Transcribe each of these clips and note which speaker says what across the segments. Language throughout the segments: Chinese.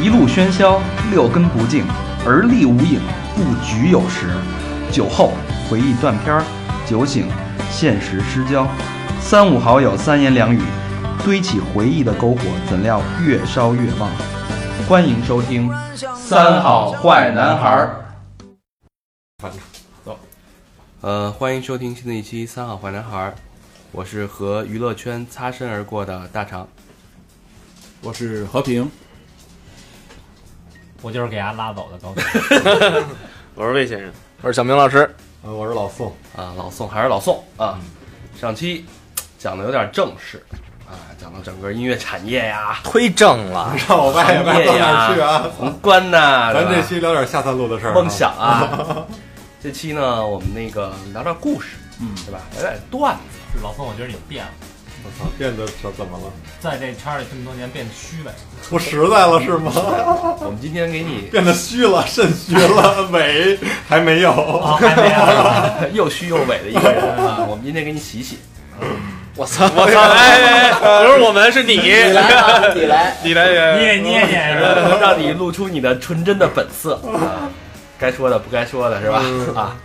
Speaker 1: 一路喧嚣，六根不净，而立无影，不局有时。酒后回忆断片儿，酒醒现实失焦。三五好友三言两语，堆起回忆的篝火，怎料越烧越旺。欢迎收听《三好坏男孩》。
Speaker 2: 呃，欢迎收听新的一期《三好坏男孩》，我是和娱乐圈擦身而过的大肠。
Speaker 3: 我是和平，
Speaker 4: 我就是给他拉走的高手。
Speaker 5: 我是魏先生，
Speaker 2: 我是小明老师
Speaker 6: 呃，我是老宋，
Speaker 2: 啊，老宋还是老宋啊。
Speaker 6: 嗯
Speaker 2: 上期讲的有点正式啊，讲到整个音乐产业呀、
Speaker 5: 忒正了，
Speaker 6: 让 我外
Speaker 2: 行
Speaker 6: 边
Speaker 2: 业
Speaker 6: 到哪
Speaker 2: 呀
Speaker 6: 儿去啊？
Speaker 2: 宏观呐、
Speaker 6: 咱
Speaker 2: 是
Speaker 6: 这
Speaker 2: 吧
Speaker 6: 期聊点下三路的事儿啊，
Speaker 2: 梦想 啊。这期呢，我们那个聊聊故事，
Speaker 3: 嗯
Speaker 2: 对吧？聊点段 子。
Speaker 4: 老宋，我觉得你变了，
Speaker 6: 我操，啊变得怎怎么了？
Speaker 4: 在这圈里这么多年变得 虚伪了。
Speaker 6: 不实在了是吗？
Speaker 2: 我们今天给你
Speaker 6: 变得虚了，肾虚了，伪还没有。
Speaker 4: 哦，还没啊？
Speaker 2: 又虚又伪的一个人啊，我们今天给你洗洗。
Speaker 5: 我操，我操，哎哎哎，不是我们是你，你来，你来，你来，
Speaker 4: 你也你也 演是吧？
Speaker 2: 呃让你露出你的纯真的本色啊，该说的不该说的是吧？
Speaker 6: 嗯
Speaker 2: 啊，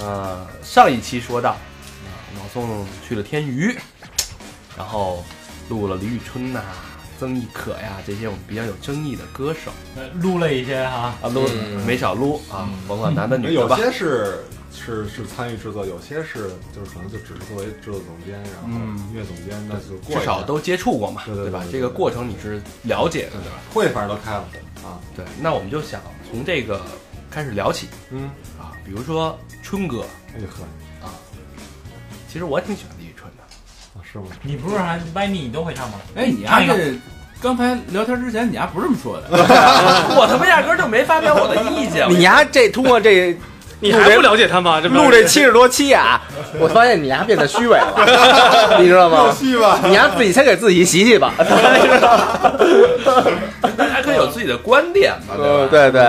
Speaker 2: 呃，上一期说到，啊老宋去了天娱，然后录了李宇春呐、曾轶可呀这些我们比较有争议的歌手
Speaker 4: 呃撸了一些哈，
Speaker 2: 啊，撸
Speaker 5: 嗯
Speaker 2: 没少撸啊，
Speaker 6: 嗯
Speaker 2: 甭管男的女的
Speaker 6: 有
Speaker 2: 吧，
Speaker 6: 些是是是参与制作，有些是就是可能就只是作为制作总监，然后音乐总监，那就过一
Speaker 2: 至少
Speaker 6: 下
Speaker 2: 都接触过嘛，
Speaker 6: 对对
Speaker 2: 吧
Speaker 6: 对？
Speaker 2: 这
Speaker 6: 对
Speaker 2: 个过程你是了解的，对吧？
Speaker 6: 会反正都开了啊。
Speaker 2: 对，那我们就想从这个开始聊起
Speaker 6: 嗯，
Speaker 2: 啊，比如说春哥，
Speaker 6: 哎呦呵，
Speaker 2: 其实我挺喜欢李宇春的。
Speaker 6: 啊是 吗？
Speaker 4: 你不是还歪你你都会唱吗？
Speaker 3: 哎，你丫
Speaker 4: 唱一个
Speaker 3: 这刚才聊天之前，你丫不是这么说的，
Speaker 2: 我他妈压根儿就没发表我的意见。
Speaker 5: 你呀，这通过这
Speaker 7: 你还不了解他吗？这
Speaker 5: 录这七十多期啊，我发现你呀变得虚 伪了，你知道
Speaker 6: 又
Speaker 5: 吗？
Speaker 6: 虚吧？
Speaker 5: 你呀自己先给自己洗洗吧，
Speaker 2: 大家可以有自己的观点嘛，
Speaker 5: 嗯，
Speaker 2: 对吧？
Speaker 5: 对对，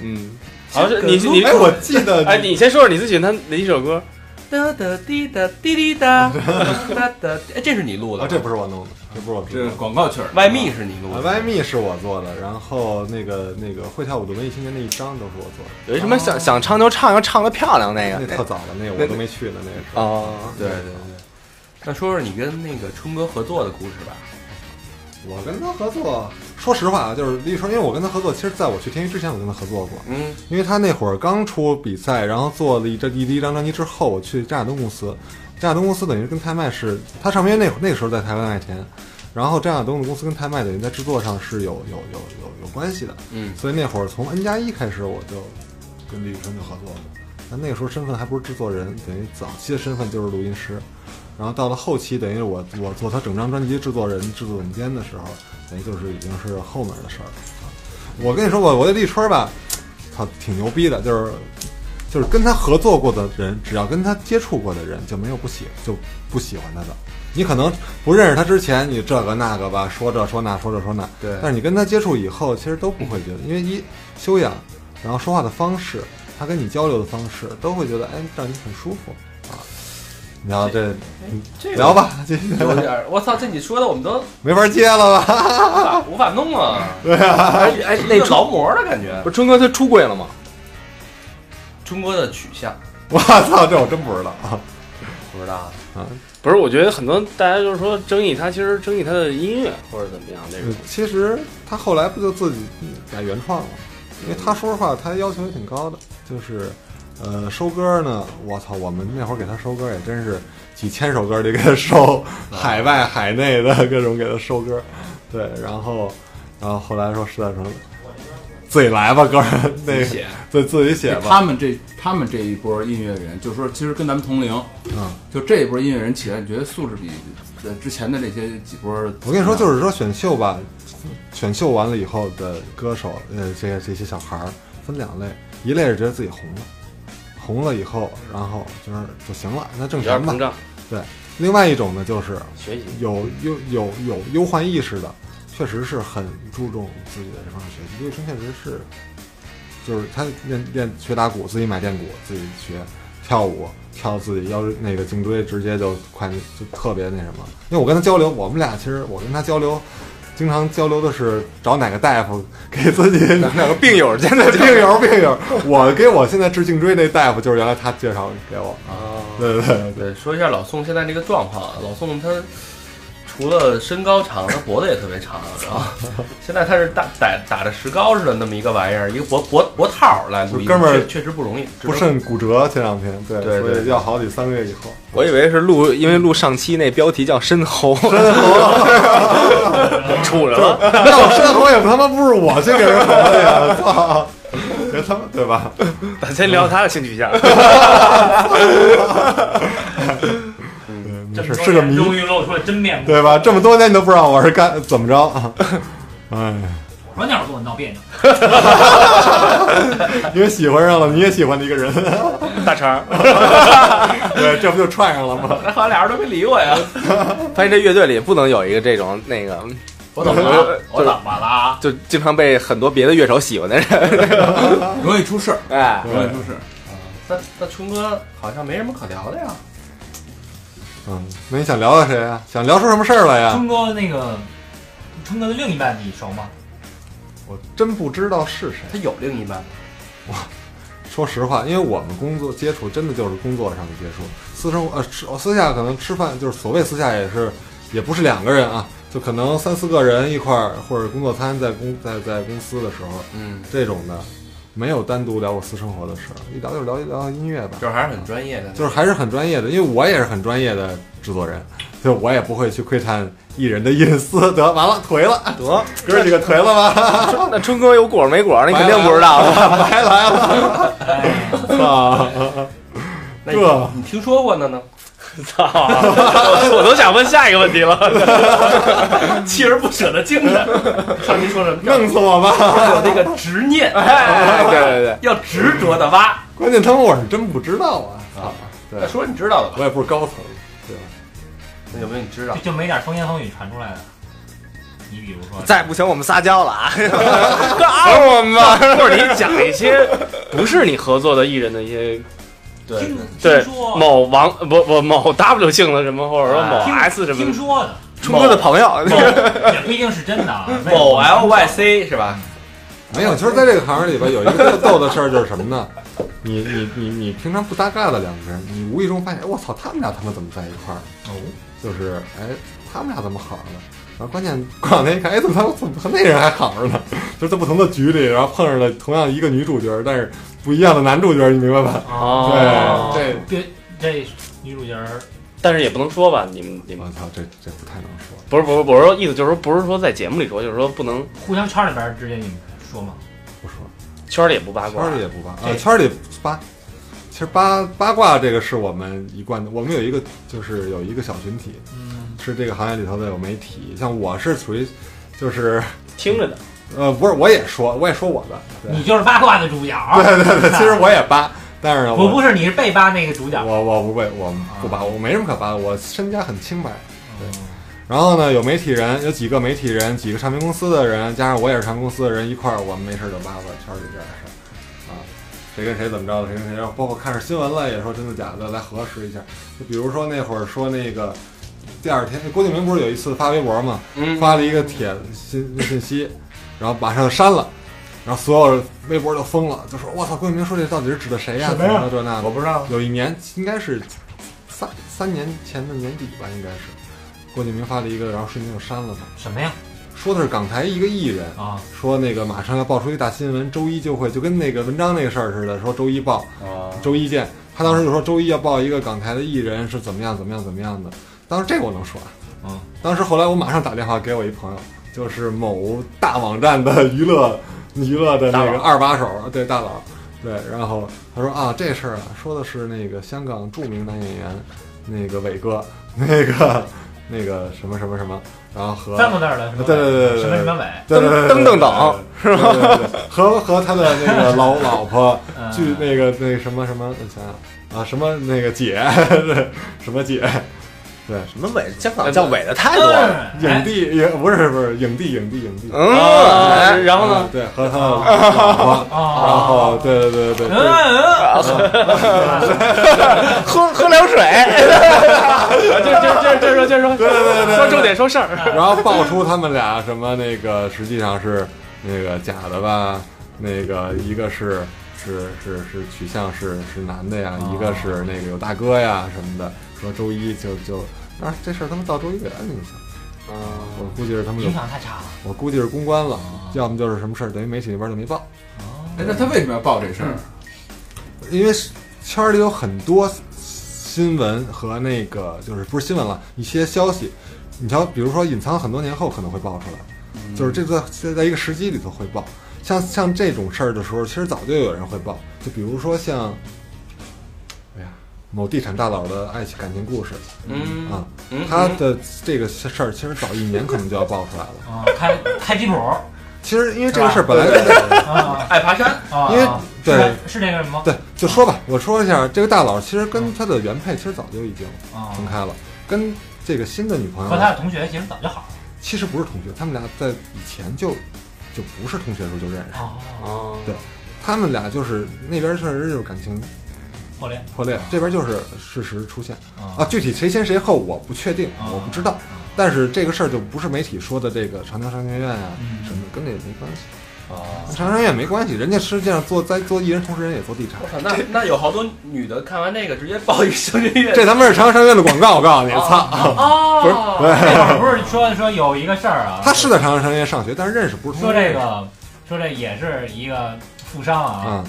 Speaker 5: 嗯，
Speaker 7: 好像是你你
Speaker 6: 哎，我 记得
Speaker 7: 哎，你先说说你最喜欢他哪一首歌？
Speaker 2: 哒哒滴哒滴滴哒哒哒，哎，这是你录的
Speaker 6: 啊，
Speaker 2: 吗，
Speaker 6: 这不是我弄的，这不是我制
Speaker 3: 这
Speaker 6: 作
Speaker 3: 是
Speaker 6: 的。
Speaker 3: 广告曲儿。
Speaker 2: 外密是你录
Speaker 6: 啊
Speaker 2: 的。
Speaker 6: 歪蜜是我做的，然后那个那个会跳舞的文艺青年那一张都是我做的，
Speaker 5: 有一什么想想唱就唱，要唱的漂亮那
Speaker 6: 那
Speaker 5: 个
Speaker 6: 特早了，哎那个我都没去呢，那个时候。
Speaker 5: 哦，
Speaker 2: 对对对。那说说你跟那个春哥合作的故事吧。
Speaker 6: 我跟他合作，说实话啊，就是李宇春，因为我跟他合作，其实在我去天娱之前，我跟他合作过，
Speaker 2: 嗯，
Speaker 6: 因为他那会儿刚出比赛，然后做了一张一第一张专辑之后，我去张亚东公司，张亚东公司等于跟泰麦是，他唱片那会儿那个时候在台湾卖钱，然后张亚东的公司跟泰麦等于在制作上是有有有有有关系的，
Speaker 2: 嗯
Speaker 6: 所以那会儿从 N 加一开始我就跟李宇春就合作了，但那个时候身份还不是制作人，等于早期的身份就是录音师，然后到了后期等于我我做他整张专辑制作人、制作总监的时候，等于就是已经是后面的事儿了。啊我跟你说，我我对立春儿吧，操，挺牛逼的，就是就是跟他合作过的人，只要跟他接触过的人，就没有不喜就不喜欢他的。你可能不认识他之前，你这个那个吧，说这说那，说这说那。
Speaker 2: 对
Speaker 6: 但是你跟他接触以后，其实都不会觉得，因为一修养，然后说话的方式，他跟你交流的方式，都会觉得哎，让你很舒服啊。然后这
Speaker 2: 这
Speaker 6: 聊吧，这
Speaker 2: 有点儿，我操，这你说的我们都
Speaker 6: 没法接了吧？
Speaker 2: 无法 无法弄啊。对啊，哎，
Speaker 5: 那
Speaker 2: 那劳模的感觉
Speaker 5: 不。是春哥他出柜了吗？
Speaker 2: 春哥的取向
Speaker 6: 我操，这我真不知道啊。
Speaker 2: 不知道，啊
Speaker 7: 不是，我觉得很多大家就是说争议他，其实争议他的音乐或者怎么样那
Speaker 5: 嗯
Speaker 7: 种。
Speaker 6: 其实他后来不就自己改原创了？因为他说实话，他要求也挺高的，就是，呃，收歌呢，我操，我们那会儿给他收歌也真是几千首歌得给 他收，海外、海内的各种给他收歌，对，然后，然后后来说实在说，自己来吧，哥们儿，
Speaker 2: 自
Speaker 6: 那个
Speaker 2: 己写
Speaker 6: 对，自己写吧，
Speaker 3: 他们这他们这一波音乐人，就是说，其实跟咱们同龄，
Speaker 6: 嗯。
Speaker 3: 就这一波音乐人起来，你觉得素质比呃之前的这些几波，
Speaker 6: 我跟你说，就是说选秀吧，选秀完了以后的歌手，呃，这些这些小孩儿分两类，一类是觉得自己红了，红了以后，然后就是就行了，那正
Speaker 7: 有点
Speaker 6: 常
Speaker 7: 膨
Speaker 6: 吧。
Speaker 7: 胀，
Speaker 6: 另外一种呢，就是
Speaker 7: 学 习
Speaker 6: 有有有有忧患意识的，确实是很注重自己的这方面学习。李宇春确实是，就是他练练学打鼓，自己买电鼓，自己学跳舞，跳自己腰那个颈椎，直接就快就特别那什么。因为我跟他交流，我们俩其实我跟他交流，经常交流的是找哪个大夫给自 己哪个病友，现 在病友病友，我给我现在治颈椎那大夫就是原来他介绍给我。对对对
Speaker 2: 嗯啊对，说一下老宋现在这个状况啊。老宋他除了身高长，他脖子也特别长，然后现在他是打打打着石膏似的那么一个玩意儿，一个脖脖脖套儿来录音，
Speaker 6: 哥们儿
Speaker 2: 确确实不容易，值得
Speaker 6: 不慎骨折前两天，对，
Speaker 2: 对对
Speaker 6: 所以要好几三个月以后。
Speaker 5: 我以为是录，因为录上期那标题叫“深喉”，杵着了。
Speaker 6: 那我生活也他妈不是我去给人活的呀！操，别他妈对吧？
Speaker 5: 咱先聊他的性取向。
Speaker 6: 嗯，
Speaker 4: 这
Speaker 6: 没
Speaker 4: 么
Speaker 6: 事，
Speaker 4: 多
Speaker 6: 是个
Speaker 4: 年
Speaker 6: 谜，
Speaker 4: 终于露出了真面目。
Speaker 6: 对吧？这么多年你都不知道我是干怎么着啊？哎，
Speaker 4: 我说那会儿跟我闹别扭，
Speaker 6: 因为喜欢上了，你也喜欢了一个人，
Speaker 5: 大肠，
Speaker 6: 对，这不就串上了吗？
Speaker 2: 那哎好像俩人都没理我呀，
Speaker 5: 发现这乐队里不能有一个这种那个，
Speaker 2: 我怎么了？我怎么了？
Speaker 5: 就经常被很多别的乐手喜欢的人。
Speaker 8: 容易出事儿，
Speaker 5: 哎，
Speaker 8: 容易出事儿。
Speaker 2: 那那春哥好像没什么可聊的呀。
Speaker 6: 嗯，那你想聊聊谁啊？想聊出什么事儿来呀？
Speaker 4: 春哥那个，春哥的另一半你熟吗？
Speaker 6: 我真不知道是谁。
Speaker 2: 他有另一半吗，
Speaker 6: 说实话，因为我们工作接触真的就是工作上的接触，私生活呃吃私下可能吃饭就是所谓私下也是，也不是两个人啊，就可能三四个人一块儿或者工作餐在公在在公司的时候
Speaker 2: 嗯，
Speaker 6: 这种的，没有单独聊过私生活的事儿，一聊就聊一聊音乐吧，
Speaker 2: 就是还是很专业的，
Speaker 6: 就是还是很专业的，因为我也是很专业的制作人，就我也不会去窥探艺人的隐私，得完了颓了，
Speaker 5: 得，
Speaker 6: 哥儿几个颓了吧，
Speaker 5: 那春哥有果没果，你肯定不知 道。
Speaker 6: 白来了，
Speaker 4: 哎，
Speaker 6: 操，
Speaker 2: 那你
Speaker 6: 这
Speaker 2: 你听说过的呢？
Speaker 5: 操！我我都想问下一个问题 了。
Speaker 2: 锲而不舍的精神，上期说什么？
Speaker 6: 弄死我吧！
Speaker 2: 要有那个执 念，
Speaker 5: 哎， 对对对，
Speaker 2: 要执着的挖。
Speaker 6: 关键他们我是真不知道啊，操，对
Speaker 2: 那。说你知道的吧？
Speaker 6: 我也不是高层，
Speaker 2: 那有没有你知道
Speaker 5: 啊
Speaker 4: 就？就没点风言风语传出来的。你比如说，
Speaker 5: 再不行我们撒娇了 啊！哥嗷我们吧， 或者你讲一些不是你合作的艺人的一些
Speaker 2: 对
Speaker 4: 听
Speaker 5: 对
Speaker 4: 听说
Speaker 5: 某王不不某 W 姓的什么，或者哎说某 S 什么的，
Speaker 4: 听 说的，
Speaker 5: 春哥的朋友，
Speaker 4: 某也不一定是真的啊。
Speaker 2: 某 LYC 是吧？
Speaker 6: 没有。其实，在这个行业里边，有一个特逗的事儿就是什么呢？你你你你平常不搭嘎的两个人，你无意中发现，哎我操，他们俩他妈怎么在一块儿？
Speaker 4: 哦，
Speaker 6: 就是哎，他们俩怎么好了？然后关键过两天一看，哎，怎么他们怎么和那人还好着呢？就是在不同的局里，然后碰上了同样一个女主角，但是不一样的男主角，你明白吧？
Speaker 5: 哦，
Speaker 6: 对，
Speaker 4: 这这女主角儿
Speaker 5: 但是也不能说吧，你们你
Speaker 6: 这
Speaker 5: 们
Speaker 6: 我操，这这不太能说。
Speaker 5: 不是不是，我说意思就是说不是说在节目里说，就是说不能
Speaker 4: 互相圈里边儿之间你们说吗？
Speaker 6: 不说，
Speaker 5: 圈里也不八卦，
Speaker 6: 圈里也不八，
Speaker 4: 这
Speaker 6: 呃，圈里八。其实八八卦这个是我们一贯的，我们有一个就是有一个小群体，
Speaker 4: 嗯，
Speaker 6: 是这个行业里头的有媒体，像我是属于，就是
Speaker 5: 听着呢。
Speaker 6: 呃，不是，我也说，我也说我的，对
Speaker 4: 你就是八卦的主角儿。
Speaker 6: 对对 对，其 实我也扒，但是呢，
Speaker 4: 我
Speaker 6: 我
Speaker 4: 不啊是，你是被扒那个主角儿。
Speaker 6: 我我不会，我不扒，我没什么可扒的，我身家很清白。
Speaker 4: 啊
Speaker 6: 然后呢，有媒体人，有几个媒体人，几个唱片公司的人，加上我也是唱片公司的人，一块儿我们没事儿就扒扒圈儿里边的事儿，啊，谁跟谁怎么着的，谁跟谁，包括看着新闻了也说真的假的，来核实一下。就比如说那会儿说那个，第二天郭敬明不是有一次发微博嘛，
Speaker 2: 嗯
Speaker 6: 发了一个帖信信息，然后马上删了。然后所有微博都疯了，就说：“我操，郭敬明说这到底是指的谁呀、
Speaker 4: 什么
Speaker 6: 怎
Speaker 4: 呀
Speaker 6: 么着这那的
Speaker 2: 我不知道。
Speaker 6: 有一年应该是三三年前的年底吧，应该是郭敬明发了一个，然后瞬间就删了他。
Speaker 4: 什么呀？
Speaker 6: 说的是港台一个艺人，
Speaker 4: 啊，
Speaker 6: 说那个马上要爆出一大新闻，周一就会就跟那个文章那个事儿似的，说周一爆，周一见。他当时就说周一要爆一个港台的艺人是怎么样怎么样怎么样的。当时这个我能说啊，
Speaker 4: 嗯，
Speaker 6: 当时后来我马上打电话给我一朋友，就是某大网站的娱乐娱乐的那个二把手，对大佬，对，然后他说啊这事儿啊说的是那个香港著名男演员那个伟哥，那个那个什么什么什么，然后和
Speaker 4: 三个字儿的是吧？
Speaker 6: 对对对对对
Speaker 4: 什么什么伟？
Speaker 6: 对对对对
Speaker 5: 登登等
Speaker 6: 对对对对对和和他的那个老老婆，
Speaker 4: 嗯
Speaker 6: 据那个那什么什么，我想想啊，什么那个姐，对什么姐，对，
Speaker 5: 什么伪？香港叫伪的太多了。
Speaker 4: 哎嗯
Speaker 6: 影帝也不是不是影帝影帝影帝，
Speaker 5: 嗯，
Speaker 7: 啊，
Speaker 5: 哎
Speaker 7: 然后呢？
Speaker 6: 对，和他的老 婆，
Speaker 4: 哦
Speaker 6: 然后对对对啊
Speaker 4: 嗯
Speaker 6: 对对，
Speaker 5: 喝喝凉水，
Speaker 2: 接着接着接着说，接着说，对对对，说重点，说事儿。
Speaker 6: 然后爆出他们俩什么那个实际上是那个假的吧？那个一个是是是是取向是是男的呀，一个是那个有大哥呀什么的。说周一就就啊，这事儿他们到周一给摁一下。啊，我估计是他们有
Speaker 4: 影，响太差了。
Speaker 6: 我估计是公关了，要么就是什么事儿等于媒体那边就没报，
Speaker 9: 哎，那他为什么要报这事儿？
Speaker 6: 因为圈儿里有很多新闻和那个就是不是新闻了，一些消息，你瞧，比如说隐藏很多年后可能会爆出来。
Speaker 2: 嗯
Speaker 6: 就是这个在在一个时机里头汇报。像像这种事儿的时候，其实早就有人汇报。就比如说像，哎呀，某地产大佬的爱情感情故事
Speaker 2: 嗯
Speaker 6: 啊，
Speaker 2: 嗯
Speaker 6: 他的这个事儿其实早一年可能就要爆出来
Speaker 2: 嗯
Speaker 6: 了。
Speaker 4: 啊，开开吉普
Speaker 6: 其实因为这个事儿 本来
Speaker 4: 啊，
Speaker 1: 爱爬山，
Speaker 4: 啊
Speaker 6: 因为
Speaker 4: 啊
Speaker 6: 对
Speaker 4: 是那个什么
Speaker 6: 对，就说吧，我说一下，这个大佬其实跟他的原配其实早就已经
Speaker 4: 啊，
Speaker 6: 分开了，跟这个新的女朋
Speaker 4: 和他
Speaker 6: 友
Speaker 4: 的同学其实早就好了
Speaker 6: 其实不是同学，他们俩在以前就就不是同学的时候就认识，
Speaker 4: 啊，
Speaker 2: 哦
Speaker 6: 他们俩就是那边确实就是感情
Speaker 4: 破裂
Speaker 6: 破裂，这边就是事实出现啊
Speaker 4: 啊，
Speaker 6: 具体谁先谁后我不确定，
Speaker 4: 啊
Speaker 6: 我不知道。但是这个事儿就不是媒体说的这个长江商学院啊
Speaker 4: 嗯
Speaker 6: 什么的，跟这也没关系。啊，长江商学院没关系，人家实际上做在做艺人，同时人也做地产
Speaker 1: 我，操，那那有好多女的看完那个直接报一声音乐，
Speaker 6: 这他妈是长江商学院的广告，我告诉你，操！
Speaker 1: 啊，不是，
Speaker 4: 那会儿不是说说有一个事儿啊，
Speaker 6: 他是在长江商学院上学，但是认识不是同
Speaker 4: 说
Speaker 6: 学。
Speaker 4: 这个说这也是一个富商啊，
Speaker 6: 啊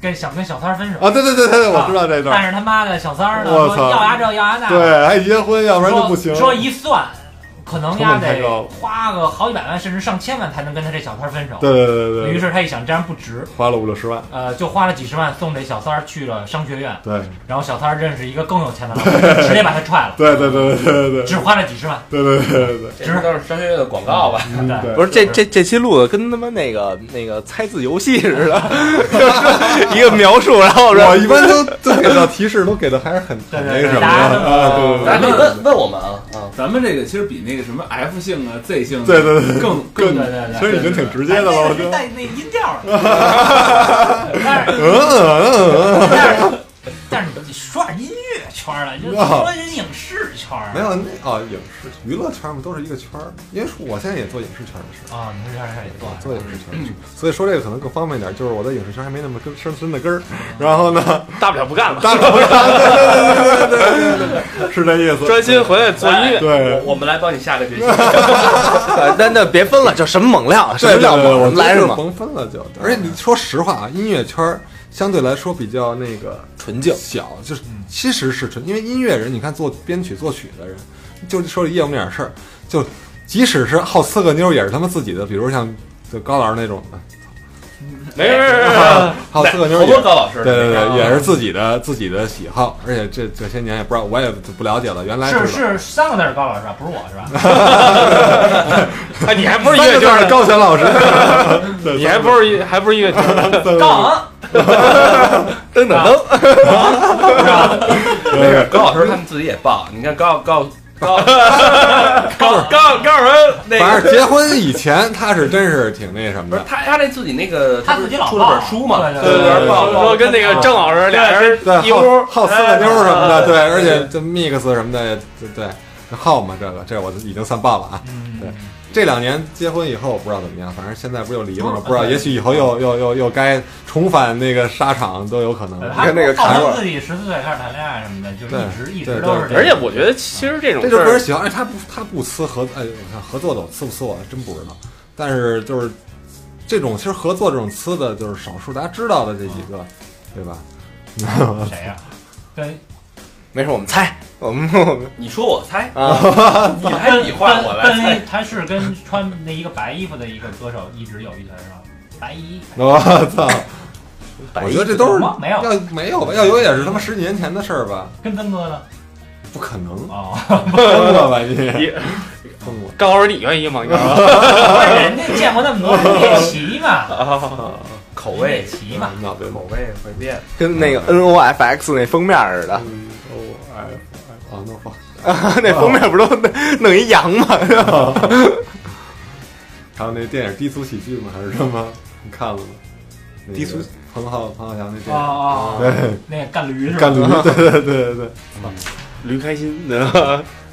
Speaker 4: 跟想跟小三儿分手
Speaker 6: 啊，对对对对，我知道这
Speaker 4: 但
Speaker 6: 段，
Speaker 4: 是他妈的小三儿呢，
Speaker 6: 我
Speaker 4: 说
Speaker 6: 操
Speaker 4: 要牙这要牙那，
Speaker 6: 对，还结婚，要不然就不行
Speaker 4: 啊说。说一算，可能丫
Speaker 6: 成本太
Speaker 4: 得
Speaker 6: 高
Speaker 4: 花个好几百万甚至上千万才能跟他这小三儿分手。
Speaker 6: 对对对对
Speaker 4: 于
Speaker 6: 对，
Speaker 4: 是他一想，这样不值，
Speaker 6: 花了五六十万，
Speaker 4: 呃，就花了几十万送这小三儿去了商学院，
Speaker 6: 对
Speaker 4: 然后小三儿认识一个更有钱的老板，直接把他踹了，
Speaker 6: 对对对对对对
Speaker 4: 只花了几十万。
Speaker 6: 对对对对
Speaker 1: 这都是商学院的广告吧？
Speaker 6: 嗯
Speaker 4: 对
Speaker 6: 对。
Speaker 5: 不是这这这期录的跟他妈那个那个猜字游戏似的， 一个描述，然后
Speaker 6: 我
Speaker 5: 说
Speaker 6: 一般都都给到提示，都给的还是很很那个什么的
Speaker 4: 大家都
Speaker 6: 啊，对对
Speaker 1: 大家可以问问我们啊啊，
Speaker 9: 咱们这个其实比那个什么 F 姓啊、Z 姓啊
Speaker 6: 对对对
Speaker 9: 更
Speaker 4: 对
Speaker 9: 更
Speaker 4: 对对
Speaker 6: 对，
Speaker 4: 对，
Speaker 6: 其实已经挺直接的了，我觉得。
Speaker 4: 带哎那音调了， 但是
Speaker 6: 嗯嗯嗯
Speaker 4: 但是但是你说点音乐圈儿了，就
Speaker 6: 啊
Speaker 4: 说人影视圈儿
Speaker 6: 嗯，没有那啊，影视娱乐圈嘛，都是一个圈儿。因为我现在也做影视圈的事儿，
Speaker 4: 啊，你说这事也做
Speaker 6: 做影视圈的事儿， 所以说这个可能更方便点。就是我在影视圈还没那么根深深的根儿，然后呢，
Speaker 2: 大不了不干了，
Speaker 6: 大伙儿对对对对对对对，是这意思。
Speaker 2: 专心回来做音乐。
Speaker 6: 对
Speaker 1: 我我们来帮你下个决心。
Speaker 5: 呃那那别分了，就什么猛料，什么
Speaker 6: 对对
Speaker 5: 料
Speaker 6: 对，我
Speaker 5: 猛
Speaker 6: 觉
Speaker 5: 来
Speaker 6: 得
Speaker 5: 什
Speaker 6: 就
Speaker 5: 么
Speaker 6: 甭分了就。而且你说实话啊，音乐圈儿相对来说比较那个
Speaker 5: 纯净。嗯
Speaker 6: 小，就是其实是纯，因为音乐人，你看做编曲作曲的人，就说业务那点事儿，就即使是好呲个妞儿，也是他们自己的，比如像就高老师那种的，
Speaker 2: 没事没事没事，
Speaker 6: 啊好呲个妞儿
Speaker 1: 好
Speaker 6: 也
Speaker 1: 多
Speaker 6: 是。
Speaker 1: 高老师
Speaker 6: 对
Speaker 1: 呢，
Speaker 6: 对对，
Speaker 4: 啊
Speaker 6: 也是自己的自己的喜好，而且这这些年也不知道，我也不了解哎了。原来
Speaker 4: 是
Speaker 6: 知道
Speaker 4: 是三个字儿高老师吧？不是我是吧？
Speaker 2: 哎，你还不是音
Speaker 6: 三
Speaker 2: 乐
Speaker 6: 个字
Speaker 2: 圈
Speaker 6: 儿的
Speaker 2: 的，
Speaker 6: 高翔老师，
Speaker 2: 你还不是音还不是音乐圈的，
Speaker 4: 杠，
Speaker 5: 噔噔噔，
Speaker 1: 对，高老师他们自己也报。你看高高高高高高人那个
Speaker 6: 反正结婚以前他是真是挺那什么
Speaker 1: 不是
Speaker 6: 的，
Speaker 1: 他，他那自己那个
Speaker 4: 他自己老
Speaker 1: 出了本书嘛，
Speaker 4: 报对
Speaker 1: 对
Speaker 2: 对对
Speaker 1: 对，
Speaker 2: 对
Speaker 1: 报
Speaker 2: 说说跟那个郑老师俩人一
Speaker 6: 对，
Speaker 2: 屋
Speaker 6: 好好呲个妞儿什么的，对，而且这 mix 什么的，对对，好嘛，这个这我已经算报了啊。
Speaker 4: 嗯，
Speaker 6: 对这两年结婚以后不知道怎么样，反正现在不是又离了吗？
Speaker 4: 嗯
Speaker 6: 不知道，也许以后又又又又该重返那个沙场都有可能。
Speaker 4: 对
Speaker 5: 你看那个
Speaker 4: 呃他
Speaker 5: 卡
Speaker 4: 号
Speaker 5: 罗
Speaker 4: 称自己十四岁开始谈恋爱什么的，就是一直一
Speaker 6: 对
Speaker 4: 直都是
Speaker 6: 对
Speaker 4: 这样。
Speaker 2: 而且我觉得其实这种事
Speaker 6: 这就个
Speaker 2: 儿
Speaker 6: 人喜欢，哎，他不他不呲合，哎，我看合作的我呲不呲我还真不知道，但是就是这种其实合作这种呲的就是少数，大家知道的这几个，对吧？
Speaker 4: 谁呀？跟
Speaker 5: 没事，我们猜，我们我们
Speaker 1: 你说我猜，
Speaker 5: 啊，
Speaker 1: 你来你画我来
Speaker 4: 跟
Speaker 1: 猜，
Speaker 4: 跟他是跟穿那一个白衣服的一个歌手一直有一腿是吧？白衣，
Speaker 6: 我操！我觉得这都是
Speaker 4: 吗没有
Speaker 6: 要没有吧？要有也是他妈十几年前的事儿吧？
Speaker 4: 跟曾哥呢？
Speaker 6: 不可能，
Speaker 4: 哦，
Speaker 6: 疯了吧你？
Speaker 2: 你
Speaker 6: 疯了！
Speaker 2: 高老师你愿意吗？你知道吗？
Speaker 4: 不是人家见过那么多人猎奇嘛，
Speaker 1: 口
Speaker 4: 猎
Speaker 1: 味
Speaker 4: 奇嘛，
Speaker 6: 脑袋
Speaker 1: 口味会变。
Speaker 6: 哦
Speaker 5: 跟那个 N O F X 那封面似的。
Speaker 6: 嗯，O F 哎啊，那
Speaker 5: 那封面不都弄一羊吗？
Speaker 6: 还有那电影《低俗喜剧》吗？还是什么？你看了吗？那个
Speaker 5: 低俗
Speaker 6: 彭浩彭浩翔那
Speaker 4: 啊
Speaker 6: 电影，
Speaker 4: 啊，
Speaker 6: 对，
Speaker 4: 那个干驴是吧？
Speaker 6: 干驴，对对对对对。
Speaker 7: 驴开心，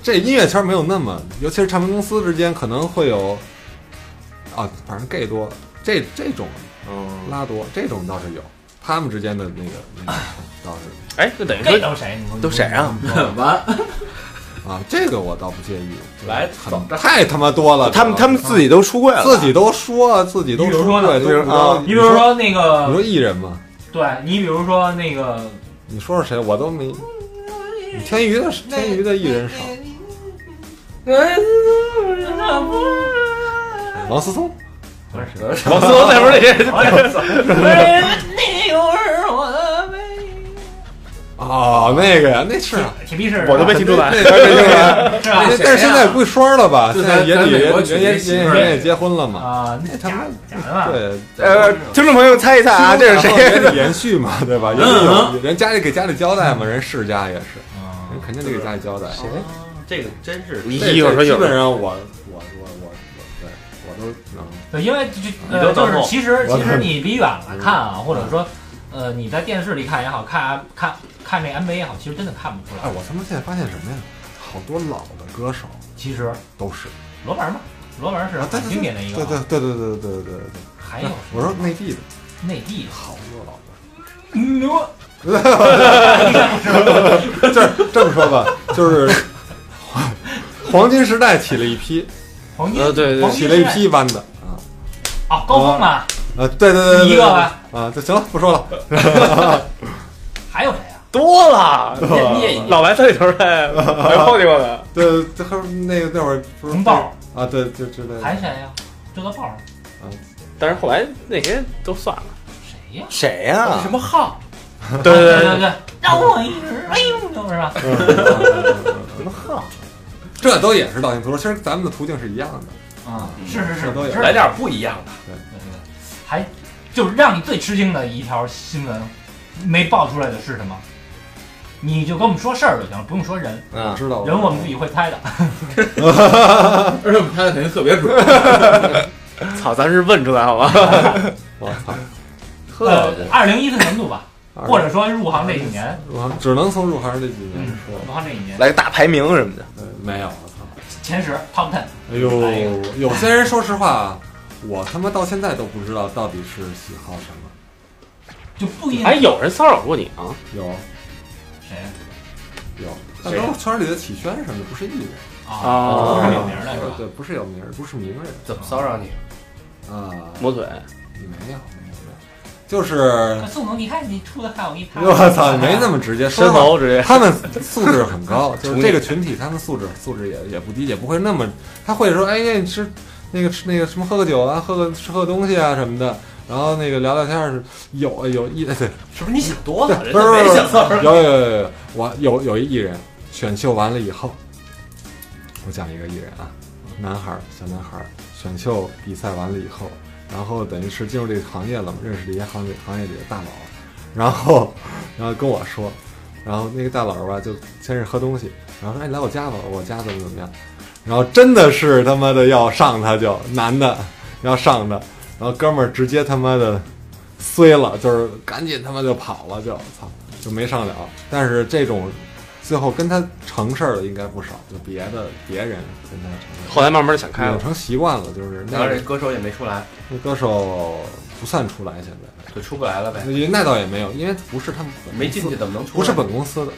Speaker 6: 这音乐圈没有那么，尤其是唱片公司之间可能会有，啊，反正 gay 多，这这种
Speaker 5: 嗯，
Speaker 6: 拉多这种倒是有，他们之间的那个那个倒是
Speaker 7: 哎，就等于
Speaker 4: 这
Speaker 7: 说
Speaker 4: 都谁？你说
Speaker 5: 都谁？啊？
Speaker 1: 完，
Speaker 6: 啊，这个我倒不介意，
Speaker 1: 来
Speaker 6: 很
Speaker 1: 走
Speaker 6: 太他妈多了，
Speaker 5: 他们
Speaker 6: 知道
Speaker 5: 他
Speaker 6: 吗
Speaker 5: 们自己都出柜了，
Speaker 6: 自己都说自己都
Speaker 4: 你比如说
Speaker 6: 对，
Speaker 4: 呢
Speaker 6: 就是啊，
Speaker 4: 你比如说那
Speaker 6: 你
Speaker 4: 个，
Speaker 6: 说艺人嘛，
Speaker 4: 对你比如说那个，
Speaker 6: 你说说谁我都没，天娱的天娱的艺人少，王思聪，
Speaker 7: 王思聪那边那些
Speaker 4: 哎那会儿我
Speaker 6: 哦，那个呀，那是啊。
Speaker 4: 铁皮是，
Speaker 7: 我都没听出来。
Speaker 6: 那那那就是啊
Speaker 4: 是吧？
Speaker 6: 那但是现在归双了吧？
Speaker 9: 对
Speaker 6: 现在也
Speaker 9: 咱
Speaker 6: 女
Speaker 9: 美
Speaker 6: 也
Speaker 9: 国
Speaker 6: 女
Speaker 9: 娶
Speaker 6: 也
Speaker 9: 那媳妇
Speaker 6: 也
Speaker 9: 儿
Speaker 6: 人也结婚了嘛？
Speaker 4: 啊，那假假的吧？
Speaker 6: 对，
Speaker 5: 呃，听众朋友猜一猜啊，这是
Speaker 6: 也
Speaker 5: 谁？
Speaker 6: 得延续嘛，对吧？也得有人家里给家里交代嘛，人世家也是，
Speaker 4: 啊
Speaker 6: 人肯定得给家里交代。谁？
Speaker 1: 这个真是
Speaker 7: 你
Speaker 6: 这
Speaker 7: 一会儿说一
Speaker 6: 基
Speaker 7: 会
Speaker 6: 本
Speaker 7: 儿，
Speaker 6: 上我我我我我对我都能
Speaker 4: 对，因为就
Speaker 1: 你都
Speaker 4: 呃，就
Speaker 1: 等
Speaker 4: 是
Speaker 1: 我
Speaker 4: 其实
Speaker 6: 我
Speaker 4: 其实你离远了看啊，或者说呃你在电视里看也好看看看那 MV 也好，其实真的看不出
Speaker 6: 哎，
Speaker 4: 来。
Speaker 6: 我他妈现在发现什么呀？好多老的歌手
Speaker 4: 其实
Speaker 6: 都是
Speaker 4: 罗文嘛，罗文是
Speaker 6: 啊，对
Speaker 4: 很经典的一个
Speaker 6: 对
Speaker 4: 啊，
Speaker 6: 对对对对对对对对。
Speaker 4: 还有
Speaker 6: 我说内地的
Speaker 4: 内地的
Speaker 6: 好多老的。
Speaker 4: 嗯我
Speaker 6: 就是 这么说吧，就是 黄黄金时代起了一批，
Speaker 4: 黄金
Speaker 7: 呃，对对
Speaker 4: 黄，
Speaker 6: 起了一批弯的啊
Speaker 4: 哦，高峰嘛，
Speaker 6: 啊，对对对对，对
Speaker 4: 一个吧
Speaker 6: 啊，就行了，不说了。
Speaker 4: 还有谁啊？
Speaker 7: 多了，
Speaker 4: 聂隐
Speaker 7: 老白三里屯呗，还有后地过来，
Speaker 6: 对，这后那个那会儿不是
Speaker 4: 红豹
Speaker 6: 啊，对，就之类的
Speaker 4: 还谁啊呀？这个炮
Speaker 7: 但是后来那些都算了。
Speaker 4: 谁呀？啊
Speaker 5: 谁
Speaker 6: 啊
Speaker 5: 呀
Speaker 1: 什？么号？
Speaker 7: 对
Speaker 4: 对
Speaker 7: 对
Speaker 4: 对，让我一直哎呦，就是吧？
Speaker 6: 这都也是道听途说，其实咱们的途径是一样的。
Speaker 4: 啊，是是是，
Speaker 6: 这都有
Speaker 4: 是
Speaker 1: 来点不一样的，
Speaker 4: 还就是让你最吃惊的一条新闻，没爆出来的是什么？你就跟我们说事儿就行了，不用说人，
Speaker 6: 我
Speaker 5: 嗯，
Speaker 6: 知道了
Speaker 4: 人我们自己会猜的。
Speaker 9: 而且我们拍的肯定特别准。
Speaker 7: 对，操，咱是问出来好吗？
Speaker 6: 我操，
Speaker 4: 呃，二零一四年度吧，
Speaker 6: 二
Speaker 4: 或者说入行这几年，
Speaker 6: 我只能从入行这几年
Speaker 4: 嗯
Speaker 6: 说，
Speaker 4: 入行这几年
Speaker 5: 来个大排名什么的。
Speaker 6: 呃没有，我操，
Speaker 4: 前十 top ten，
Speaker 6: 哎呦
Speaker 4: 哎，
Speaker 6: 有些人说实话，我他妈到现在都不知道到底是喜好什么。
Speaker 4: 就不一定
Speaker 1: 哎
Speaker 7: 还哎有人骚扰过你啊？
Speaker 6: 有
Speaker 4: 谁
Speaker 6: 有，但都是圈里的启轩什么的，不是艺人。
Speaker 4: 啊，不是有名儿的是吧？
Speaker 6: 对，不是有名儿，不是名人
Speaker 1: 怎么骚扰你？
Speaker 6: 啊，
Speaker 7: 磨腿，
Speaker 6: 你没有，没有，没有，就是
Speaker 4: 可宋总，你看你出的汗，我一看，
Speaker 6: 我操，没那么直接，
Speaker 7: 伸
Speaker 6: 说实话
Speaker 7: 喉直接。
Speaker 6: 他们素质很高，就是这个群体，他们素质素质也也不低，也不会那么，他会说，哎呀，你吃那个吃那个什么，喝个酒啊，喝个吃喝东西啊什么的，然后那个聊聊天儿，有有一 对，
Speaker 1: 是不是你想多了？人
Speaker 6: 不是
Speaker 1: 家
Speaker 6: 不是
Speaker 1: 没
Speaker 6: 不
Speaker 1: 想骚扰
Speaker 6: 是，有有有有有，我有有一艺人选秀完了以后，我讲一个艺人啊，男孩儿小男孩儿选秀比赛完了以后，然后等于是进入这个行业了嘛，认识了一些行业行业里的大佬，然后然后跟我说，然后那个大佬吧就先是喝东西，然后说哎来我家吧，我家怎么怎么样，然后真的是他妈的要上他就男的要上他，然后哥们儿直接他妈的衰了，就是赶紧他妈就跑了就操。就没上了。但是这种最后跟他成事儿的应该不少，就别的别人跟他成事
Speaker 7: 后来慢慢的想开
Speaker 6: 儿，养
Speaker 1: 嗯
Speaker 7: 了，
Speaker 6: 成习惯了，就是
Speaker 1: 然后
Speaker 6: 那
Speaker 1: 这歌手也没出来，
Speaker 6: 那歌手不算出来，现在
Speaker 1: 就出不来了呗。
Speaker 6: 那那倒也没有，因为不是他们本公司
Speaker 1: 没进去，怎么能出来？
Speaker 6: 不是本公司的，